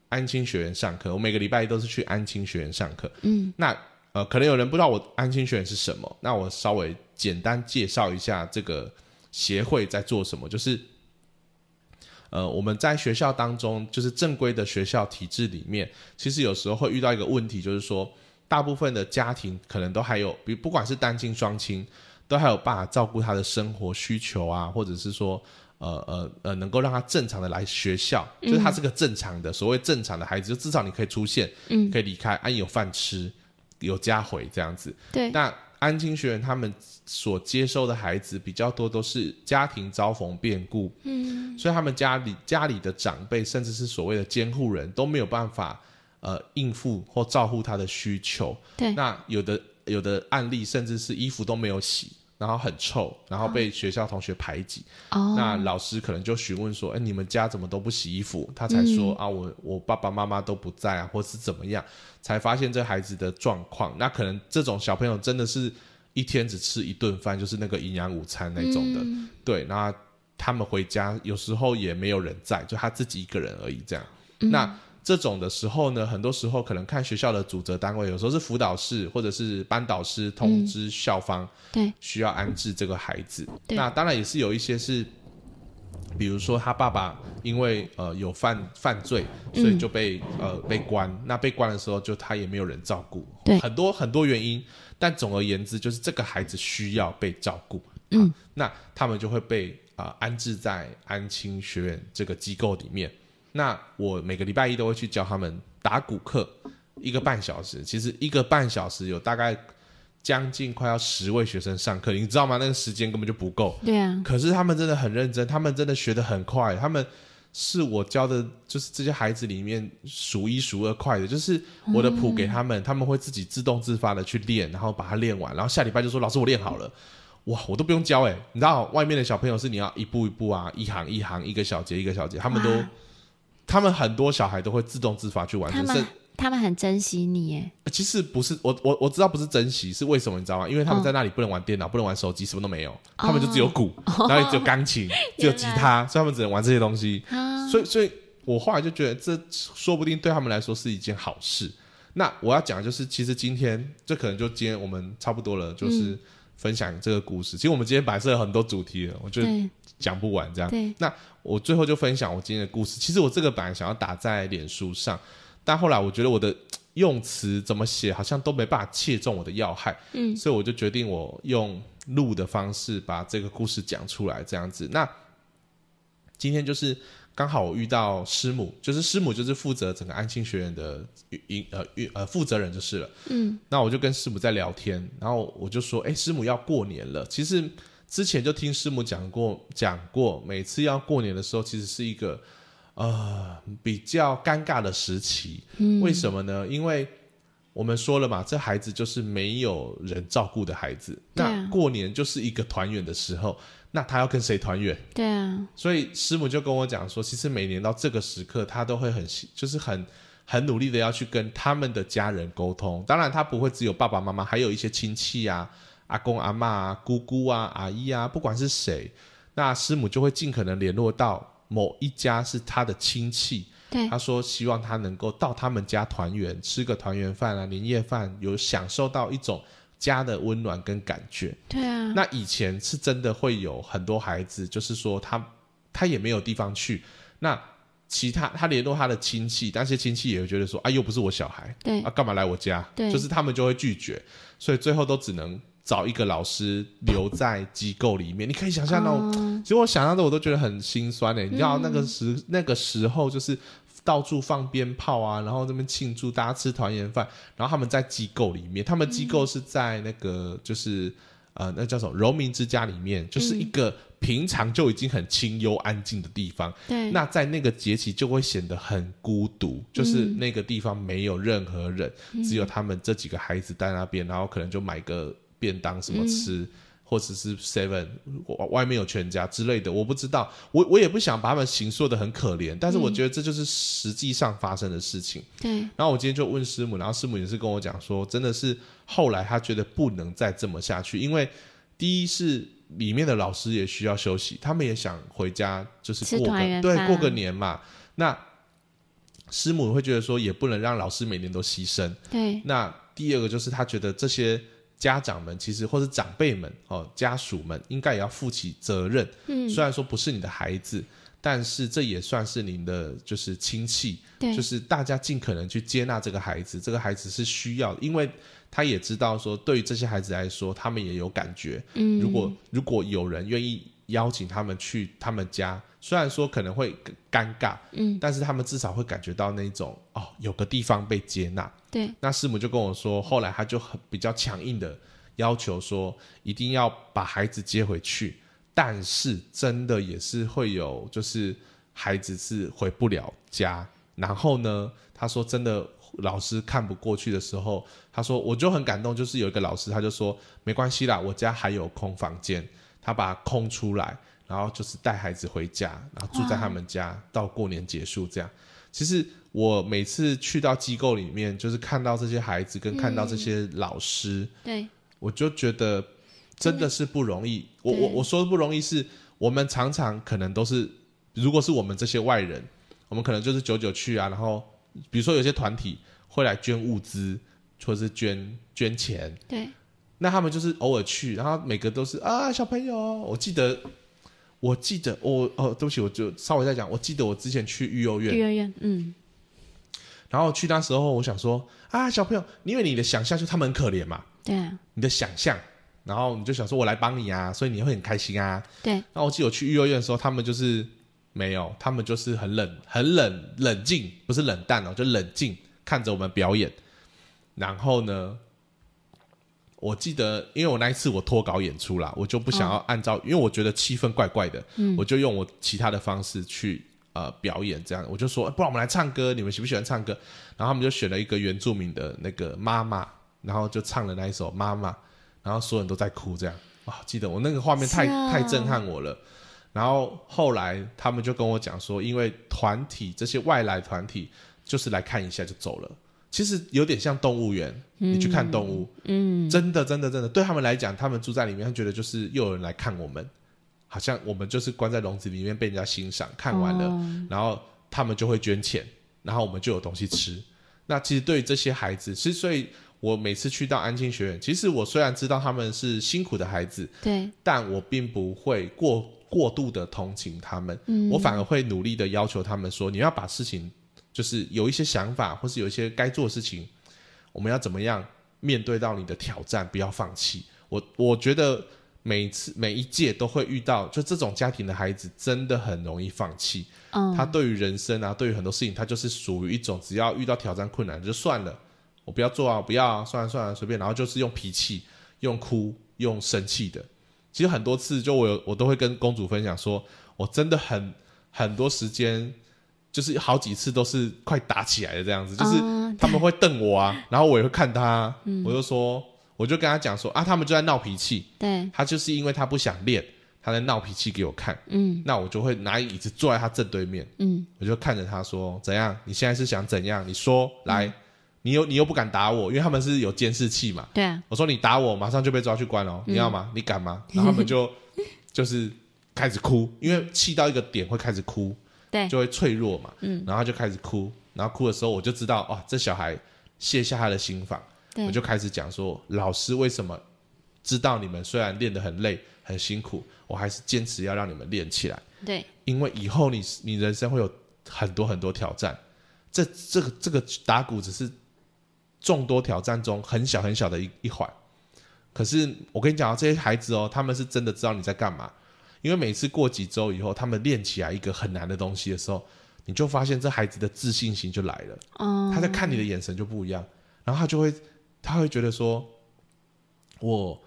[SPEAKER 2] 安亲学院上课，我每个礼拜都是去安亲学院上课。
[SPEAKER 1] 嗯，
[SPEAKER 2] 那呃，可能有人不知道我安亲学院是什么，那我稍微简单介绍一下这个协会在做什么，就是。呃，我们在学校当中，就是正规的学校体制里面，其实有时候会遇到一个问题，就是说，大部分的家庭可能都还有，比不管是单亲双亲，都还有办法照顾他的生活需求啊，或者是说，呃呃呃，能够让他正常的来学校，
[SPEAKER 1] 嗯
[SPEAKER 2] 就是他是个正常的，所谓正常的孩子，就至少你可以出现，
[SPEAKER 1] 嗯
[SPEAKER 2] 可以离开，啊安有饭吃，有家回这样子。
[SPEAKER 1] 对，
[SPEAKER 2] 那安亲学员他们所接收的孩子比较多都是家庭遭逢变故，
[SPEAKER 1] 嗯
[SPEAKER 2] 所以他们家里家里的长辈，甚至是所谓的监护人都没有办法呃应付或照顾他的需求。
[SPEAKER 1] 对
[SPEAKER 2] 那有的有的案例甚至是衣服都没有洗，然后很臭，然后被学校同学排挤。
[SPEAKER 1] 哦，
[SPEAKER 2] 那老师可能就询问说：“哎、你们家怎么都不洗衣服？”他才说：“
[SPEAKER 1] 嗯
[SPEAKER 2] 啊，我我爸爸妈妈都不在啊，或是怎么样？”才发现这孩子的状况。那可能这种小朋友真的是一天只吃一顿饭，就是那个营养午餐那种的。
[SPEAKER 1] 嗯
[SPEAKER 2] 对，那他们回家有时候也没有人在，就他自己一个人而已这样。
[SPEAKER 1] 嗯
[SPEAKER 2] 那这种的时候呢，很多时候可能看学校的主责单位，有时候是辅导室或者是班导师通知校方
[SPEAKER 1] 对，
[SPEAKER 2] 需要安置这个孩子。
[SPEAKER 1] 对
[SPEAKER 2] 那当然也是有一些是，比如说他爸爸因为呃有犯犯罪，
[SPEAKER 1] 嗯
[SPEAKER 2] 所以就被、呃被关。那被关的时候，就他也没有人照顾，
[SPEAKER 1] 对
[SPEAKER 2] 很多很多原因。但总而言之，就是这个孩子需要被照顾。
[SPEAKER 1] 嗯
[SPEAKER 2] 啊那他们就会被啊、呃安置在安亲学院这个机构里面。那我每个礼拜一都会去教他们打鼓课，一个半小时。其实一个半小时有大概将近快要十位学生上课，你知道吗？那个时间根本就不够。
[SPEAKER 1] 对啊，
[SPEAKER 2] 可是他们真的很认真，他们真的学得很快，他们是我教的，就是这些孩子里面数一数二快的，就是我的谱给他们，他们会自己自动自发的去练，然后把它练完，然后下礼拜就说老师我练好了。哇，我都不用教哎、你知道外面的小朋友是你要一步一步啊，一行一行，一个小节一个小节，他们都
[SPEAKER 1] 哇，
[SPEAKER 2] 他们很多小孩都会自动自发去完
[SPEAKER 1] 他
[SPEAKER 2] 成，
[SPEAKER 1] 们
[SPEAKER 2] 甚
[SPEAKER 1] 他们很珍惜你耶，
[SPEAKER 2] 呃其实不是，我我我知道不是珍惜，是为什么你知道吗？因
[SPEAKER 1] 嗯
[SPEAKER 2] 为他们在那里不能玩电脑，不能玩手机，什么都没有，他们就
[SPEAKER 1] 哦
[SPEAKER 2] 只有鼓，然后也只有钢琴，只有吉他，所以他们只能玩这些东西。
[SPEAKER 1] 啊，
[SPEAKER 2] 所以，所以我后来就觉得，这说不定对他们来说是一件好事。那我要讲的就是，其实今天这可能就今天我们差不多了，
[SPEAKER 1] 嗯
[SPEAKER 2] 就是分享这个故事。其实我们今天摆设了很多主题了，我觉得
[SPEAKER 1] 对
[SPEAKER 2] 讲不完这样。
[SPEAKER 1] 对，
[SPEAKER 2] 那我最后就分享我今天的故事。其实我这个本来想要打在脸书上，但后来我觉得我的用词怎么写好像都没办法切中我的要害，
[SPEAKER 1] 嗯
[SPEAKER 2] 所以我就决定我用录的方式把这个故事讲出来，这样子。那今天就是刚好我遇到师母，就是师母就是负责整个安庆学院的运呃运呃负责人就是了。
[SPEAKER 1] 嗯
[SPEAKER 2] 那我就跟师母在聊天，然后我就说，哎、师母要过年了。其实之前就听师母讲过，讲过，每次要过年的时候，其实是一个呃比较尴尬的时期。
[SPEAKER 1] 嗯
[SPEAKER 2] 为什么呢？因为我们说了嘛，这孩子就是没有人照顾的孩子。
[SPEAKER 1] 对
[SPEAKER 2] 那
[SPEAKER 1] 啊
[SPEAKER 2] 过年就是一个团圆的时候，那他要跟谁团圆？
[SPEAKER 1] 对啊，
[SPEAKER 2] 所以师母就跟我讲说，其实每年到这个时刻，他都会很就是很很努力的要去跟他们的家人沟通。当然，他不会只有爸爸妈妈，还有一些亲戚啊、阿公阿妈啊、姑姑啊、阿姨啊，不管是谁，那师母就会尽可能联络到某一家是他的亲戚。
[SPEAKER 1] 对
[SPEAKER 2] 他说希望他能够到他们家团圆，吃个团圆饭啊、年夜饭，有享受到一种家的温暖跟感觉。
[SPEAKER 1] 对啊，
[SPEAKER 2] 那以前是真的会有很多孩子，就是说他他也没有地方去，那其他他联络他的亲戚，那些亲戚也会觉得说啊，又不是我小孩，
[SPEAKER 1] 对
[SPEAKER 2] 啊，干嘛来我家？
[SPEAKER 1] 对
[SPEAKER 2] 就是他们就会拒绝，所以最后都只能找一个老师留在机构里面。你可以想象那种，
[SPEAKER 1] 哦嗯
[SPEAKER 2] 其实我想象的我都觉得很心酸哎、你知道那个时、那个时候就是。到处放鞭炮啊，然后这边庆祝，大家吃团圆饭，然后他们在机构里面，他们机
[SPEAKER 1] 嗯
[SPEAKER 2] 构是在那个就是呃，那叫什么柔民之家里面，
[SPEAKER 1] 嗯
[SPEAKER 2] 就是一个平常就已经很清幽安静的地方，
[SPEAKER 1] 对，
[SPEAKER 2] 那在那个节气就会显得很孤独，就是那个地方没有任何人，只有他们这几个孩子在那边，然后可能就买个便当什么吃。或者是 seven 外外面有全家之类的，我不知道，我我也不想把他们形塑的很可怜，但是我觉得这就是实际上发生的事情。
[SPEAKER 1] 对
[SPEAKER 2] 然后我今天就问师母，然后师母也是跟我讲说，真的是后来她觉得不能再这么下去，因为第一是里面的老师也需要休息，他们也想回家，就是
[SPEAKER 1] 吃
[SPEAKER 2] 过
[SPEAKER 1] 团
[SPEAKER 2] 个
[SPEAKER 1] 圆
[SPEAKER 2] 对
[SPEAKER 1] 饭
[SPEAKER 2] 过个年嘛。那师母会觉得说，也不能让老师每年都牺牲。
[SPEAKER 1] 对
[SPEAKER 2] 那第二个就是他觉得这些家长们其实或是长辈们哦家属们应该也要负起责任，
[SPEAKER 1] 嗯
[SPEAKER 2] 虽然说不是你的孩子，但是这也算是您的就是亲戚，
[SPEAKER 1] 对，
[SPEAKER 2] 就是大家尽可能去接纳这个孩子，这个孩子是需要的，因为他也知道说，对于这些孩子来说，他们也有感觉。
[SPEAKER 1] 嗯，
[SPEAKER 2] 如果如果有人愿意邀请他们去他们家，虽然说可能会尴尬，
[SPEAKER 1] 嗯
[SPEAKER 2] 但是他们至少会感觉到那种哦，有个地方被接纳。
[SPEAKER 1] 对
[SPEAKER 2] 那师母就跟我说，后来他就很比较强硬的要求说，一定要把孩子接回去，但是真的也是会有，就是孩子是回不了家。然后呢，他说真的，老师看不过去的时候，他说我就很感动，就是有一个老师，他就说没关系啦，我家还有空房间，他把它空出来，然后就是带孩子回家，然后住在他们家到过年结束这样。其实我每次去到机构里面，就是看到这些孩子跟看到这些老师，
[SPEAKER 1] 对
[SPEAKER 2] 我就觉得真的是不容易。我我
[SPEAKER 1] 对
[SPEAKER 2] 我说的不容易是，我们常常可能都是，如果是我们这些外人，我们可能就是久久去啊，然后比如说有些团体会来捐物资，或是捐捐钱，
[SPEAKER 1] 对
[SPEAKER 2] 那他们就是偶尔去，然后每个都是啊小朋友，我记得。我记得我哦，对不起，我就稍微再讲。我记得我之前去育幼院，
[SPEAKER 1] 幼儿园，嗯
[SPEAKER 2] 然后去那时候，我想说啊，小朋友，因为你的想象就他们很可怜嘛，
[SPEAKER 1] 对啊
[SPEAKER 2] 你的想象，然后你就想说我来帮你啊，所以你会很开心啊。
[SPEAKER 1] 对
[SPEAKER 2] 那我记得我去育幼院的时候，他们就是没有，他们就是很冷、很冷、冷静，不是冷淡哦，就冷静看着我们表演。然后呢，我记得，因为我那一次我脱稿演出啦，我就不
[SPEAKER 1] 嗯
[SPEAKER 2] 想要按照，因为我觉得气氛怪怪的，我就用我其他的方式去呃表演，这样我就说，哎不然我们来唱歌，你们喜不喜欢唱歌？然后他们就选了一个原住民的那个妈妈，然后就唱了那一首《妈妈》，然后所有人都在哭，这样哇，记得我那个画面太、
[SPEAKER 1] 是啊
[SPEAKER 2] 太震撼我了。然后后来他们就跟我讲说，因为团体这些外来团体就是来看一下就走了，其实有点像动物园，你去看动物，嗯，真的真的真的，对他们来讲，他们住在里面，他觉得就是又有人来看我们，好像我们就是关在笼子里面被人家欣赏，看完了，
[SPEAKER 1] 哦
[SPEAKER 2] 然后他们就会捐钱，然后我们就有东西吃。那其实对于这些孩子，其实所以我每次去到安庆学院，其实我虽然知道他们是辛苦的孩子，
[SPEAKER 1] 对
[SPEAKER 2] 但我并不会过过度的同情他们，
[SPEAKER 1] 嗯
[SPEAKER 2] 我反而会努力的要求他们说，你要把事情就是有一些想法，或是有一些该做的事情，我们要怎么样面对到你的挑战，不要放弃。我我觉得每次每一届都会遇到，就这种家庭的孩子真的很容易放弃，
[SPEAKER 1] 嗯
[SPEAKER 2] 他对于人生啊，对于很多事情，他就是属于一种只要遇到挑战困难就算了，我不要做啊，我不要啊，算了算了，随便，然后就是用脾气、用哭、用生气的。其实很多次，就我有我都会跟公主分享说，我真的很很多时间，就是好几次都是快打起来的这样子，就是
[SPEAKER 1] 嗯
[SPEAKER 2] 他们会瞪我啊，然后我也会看他啊，我就说，我就跟他讲说啊，他们就在闹脾气，
[SPEAKER 1] 对
[SPEAKER 2] 他就是因为他不想练，他在闹脾气给我看，
[SPEAKER 1] 嗯
[SPEAKER 2] 那我就会拿椅子坐在他正对面，
[SPEAKER 1] 嗯
[SPEAKER 2] 我就看着他说：“怎样？你现在是想怎样？你说
[SPEAKER 1] 嗯
[SPEAKER 2] 来，你又你又不敢打我，因为他们是有监视器嘛。
[SPEAKER 1] 对啊，
[SPEAKER 2] 我说你打我，马上就被抓去关
[SPEAKER 1] 嗯
[SPEAKER 2] 哦，你要吗？你敢吗？”然后他 们就就是开始哭，因为气到一个点会开始哭，
[SPEAKER 1] 对，
[SPEAKER 2] 就会脆弱嘛。
[SPEAKER 1] 嗯，
[SPEAKER 2] 然后他就开始哭，然后哭的时候我就知道，哇，这小孩卸下他的心防，
[SPEAKER 1] 对
[SPEAKER 2] 我就开始讲说，老师为什么知道你们虽然练得很累很辛苦，我还是坚持要让你们练起来。
[SPEAKER 1] 对
[SPEAKER 2] 因为以后你你人生会有很多很多挑战，这这个这个打鼓只是众多挑战中很小很小的一一环。可是我跟你讲啊，这些孩子哦，他们是真的知道你在干嘛，因为每次过几周以后，他们练起来一个很难的东西的时候，你就发现这孩子的自信心就来了。
[SPEAKER 1] 哦，
[SPEAKER 2] 他在看你的眼神就不一样，然后他就会他会觉得说，我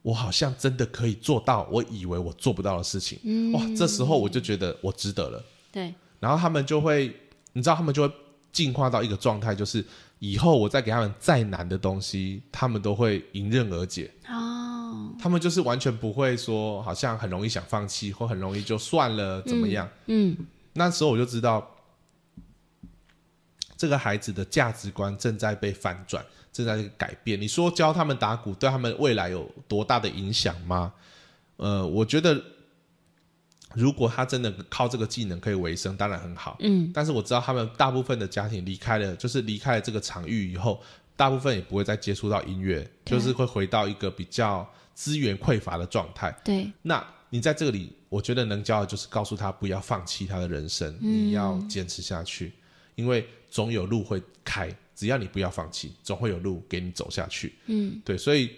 [SPEAKER 2] 我好像真的可以做到我以为我做不到的事情，哇，这时候我就觉得我值得了。
[SPEAKER 1] 嗯对
[SPEAKER 2] 然后他们就会，你知道，他们就会进化到一个状态，就是以后我再给他们再难的东西，他们都会迎刃而解。
[SPEAKER 1] 哦，
[SPEAKER 2] 他们就是完全不会说，好像很容易想放弃，或很容易就算了怎么样。
[SPEAKER 1] 嗯
[SPEAKER 2] 那时候我就知道，这个孩子的价值观正在被翻转，正在改变。你说教他们打鼓对他们未来有多大的影响吗？呃，我觉得如果他真的靠这个技能可以维生，当然很好。
[SPEAKER 1] 嗯，
[SPEAKER 2] 但是我知道他们大部分的家庭离开了，就是离开了这个场域以后，大部分也不会再接触到音乐，
[SPEAKER 1] 对
[SPEAKER 2] 就是会回到一个比较资源匮乏的状态。
[SPEAKER 1] 对
[SPEAKER 2] 那你在这里，我觉得能教的就是告诉他不要放弃他的人生，
[SPEAKER 1] 嗯
[SPEAKER 2] 你要坚持下去，因为总有路会开，只要你不要放弃，总会有路给你走下去。
[SPEAKER 1] 嗯
[SPEAKER 2] 对，所以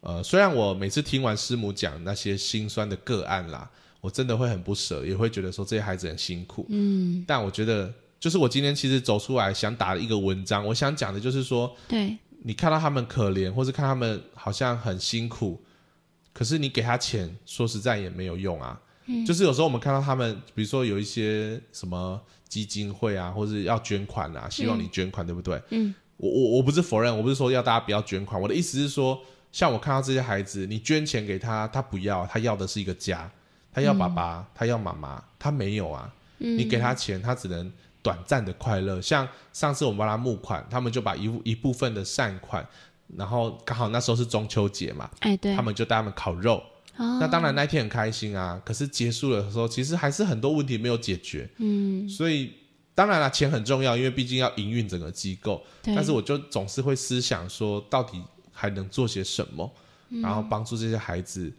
[SPEAKER 2] 呃，虽然我每次听完师母讲那些心酸的个案啦，我真的会很不舍，也会觉得说这些孩子很辛苦，
[SPEAKER 1] 嗯
[SPEAKER 2] 但我觉得。就是我今天其实走出来想打一个文章，我想讲的就是说，
[SPEAKER 1] 对
[SPEAKER 2] 你看到他们可怜，或是看他们好像很辛苦，可是你给他钱，说实在也没有用啊。
[SPEAKER 1] 嗯
[SPEAKER 2] 就是有时候我们看到他们，比如说有一些什么基金会啊，或是要捐款啊，希望你捐款，对不对？
[SPEAKER 1] 嗯，
[SPEAKER 2] 我我我不是否认，我不是说要大家不要捐款，我的意思是说，像我看到这些孩子，你捐钱给他，他不要，他要的是一个家，他要爸爸，他要妈妈，他没有啊。
[SPEAKER 1] 嗯
[SPEAKER 2] 你给他钱，他只能短暂的快乐。像上次我们帮他募款，他们就把一部一部分的善款，然后刚好那时候是中秋节嘛，
[SPEAKER 1] 哎对哦
[SPEAKER 2] 他，们就带他们烤肉。
[SPEAKER 1] 那
[SPEAKER 2] 那当然那一天很开心啊，可是结束了的时候，其实还是很多问题没有解决。
[SPEAKER 1] 嗯
[SPEAKER 2] 所以当然了，钱很重要，因为毕竟要营运整个机构。
[SPEAKER 1] 对，
[SPEAKER 2] 但是我就总是会思想说，到底还能做些什么，
[SPEAKER 1] 嗯
[SPEAKER 2] 然后帮助这些孩子，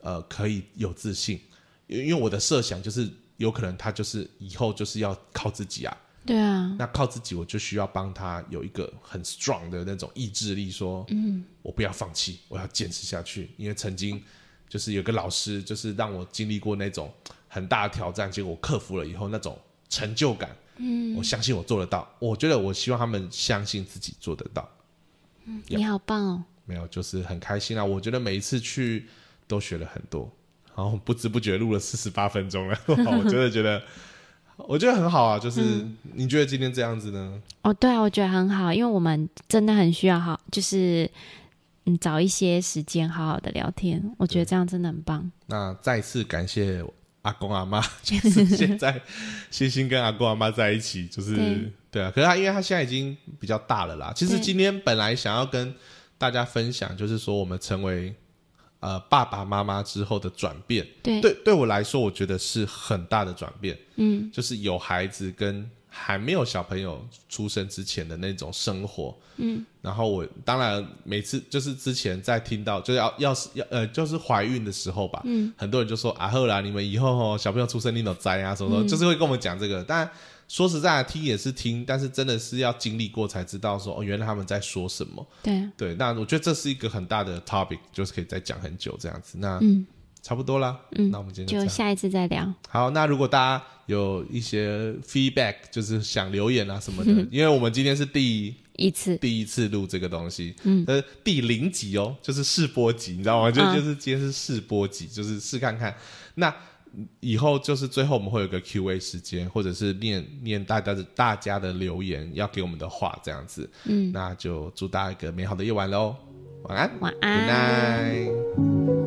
[SPEAKER 2] 呃，可以有自信。因因为我的设想就是，有可能他就是以后就是要靠自己啊。
[SPEAKER 1] 对啊，
[SPEAKER 2] 那靠自己，我就需要帮他有一个很 strong 的那种意志力，说，嗯，我不要放弃，我要坚持下去。因为曾经就是有个老师，就是让我经历过那种很大的挑战，结果我克服了以后那种成就感，嗯，我相信我做得到。我觉得我希望他们相信自己做得到。
[SPEAKER 1] 你好棒哦，
[SPEAKER 2] 没有，就是很开心啊！我觉得每一次去都学了很多，然后不知不觉录了四十八分钟了， 我真的觉得，我觉得很好啊！就是、你觉得今天这样子呢？
[SPEAKER 1] 哦，对啊，我觉得很好，因为我们真的很需要好，就是嗯，找一些时间好好的聊天，我觉得这样真的很棒。
[SPEAKER 2] 那再次感谢阿公阿妈， 就是现在星星跟阿公阿妈在一起，就是
[SPEAKER 1] 对
[SPEAKER 2] 对啊。可是他因为他现在已经比较大了啦，其实
[SPEAKER 1] 对
[SPEAKER 2] 今天本来想要跟大家分享，就是说我们成为呃爸爸妈妈之后的转变。
[SPEAKER 1] 对，
[SPEAKER 2] 对，对我来说，我觉得是很大的转变，
[SPEAKER 1] 嗯，
[SPEAKER 2] 就是有孩子跟还没有小朋友出生之前的那种生活，嗯，然后我当然每次就是之前在听到就是要要是要呃就是怀孕的时候吧，嗯，很多人就说啊后啦，你们以后哦小朋友出生你都栽啊什么什么，就是会跟我们讲这个，但。说实在的，啊听也是听，但是真的是要经历过才知道说哦，原来他们在说什么。
[SPEAKER 1] 对，
[SPEAKER 2] 对，那我觉得这是一个很大的 topic，就是可以再讲很久这样子。那
[SPEAKER 1] 嗯，
[SPEAKER 2] 差不多啦，
[SPEAKER 1] 嗯
[SPEAKER 2] 那我们今天就这
[SPEAKER 1] 就
[SPEAKER 2] 样。
[SPEAKER 1] 下一次再聊。
[SPEAKER 2] 好，那如果大家有一些 feedback，就是想留言啊 什么的，因为我们今天是第
[SPEAKER 1] 一次，
[SPEAKER 2] 第一次录这个东西，嗯，啊呃，第零集哦，就是试播集，你知道吗？就、
[SPEAKER 1] 嗯
[SPEAKER 2] 就是今天是试播集，就是试看看。那以后就是最后我们会有个 Q&A 时间，或者是念念大家的大家的留言要给我们的话，这样子。
[SPEAKER 1] 嗯，
[SPEAKER 2] 那就祝大家一个美好的夜晚喽，晚安
[SPEAKER 1] 晚
[SPEAKER 2] ，Good
[SPEAKER 1] 安。
[SPEAKER 2] night。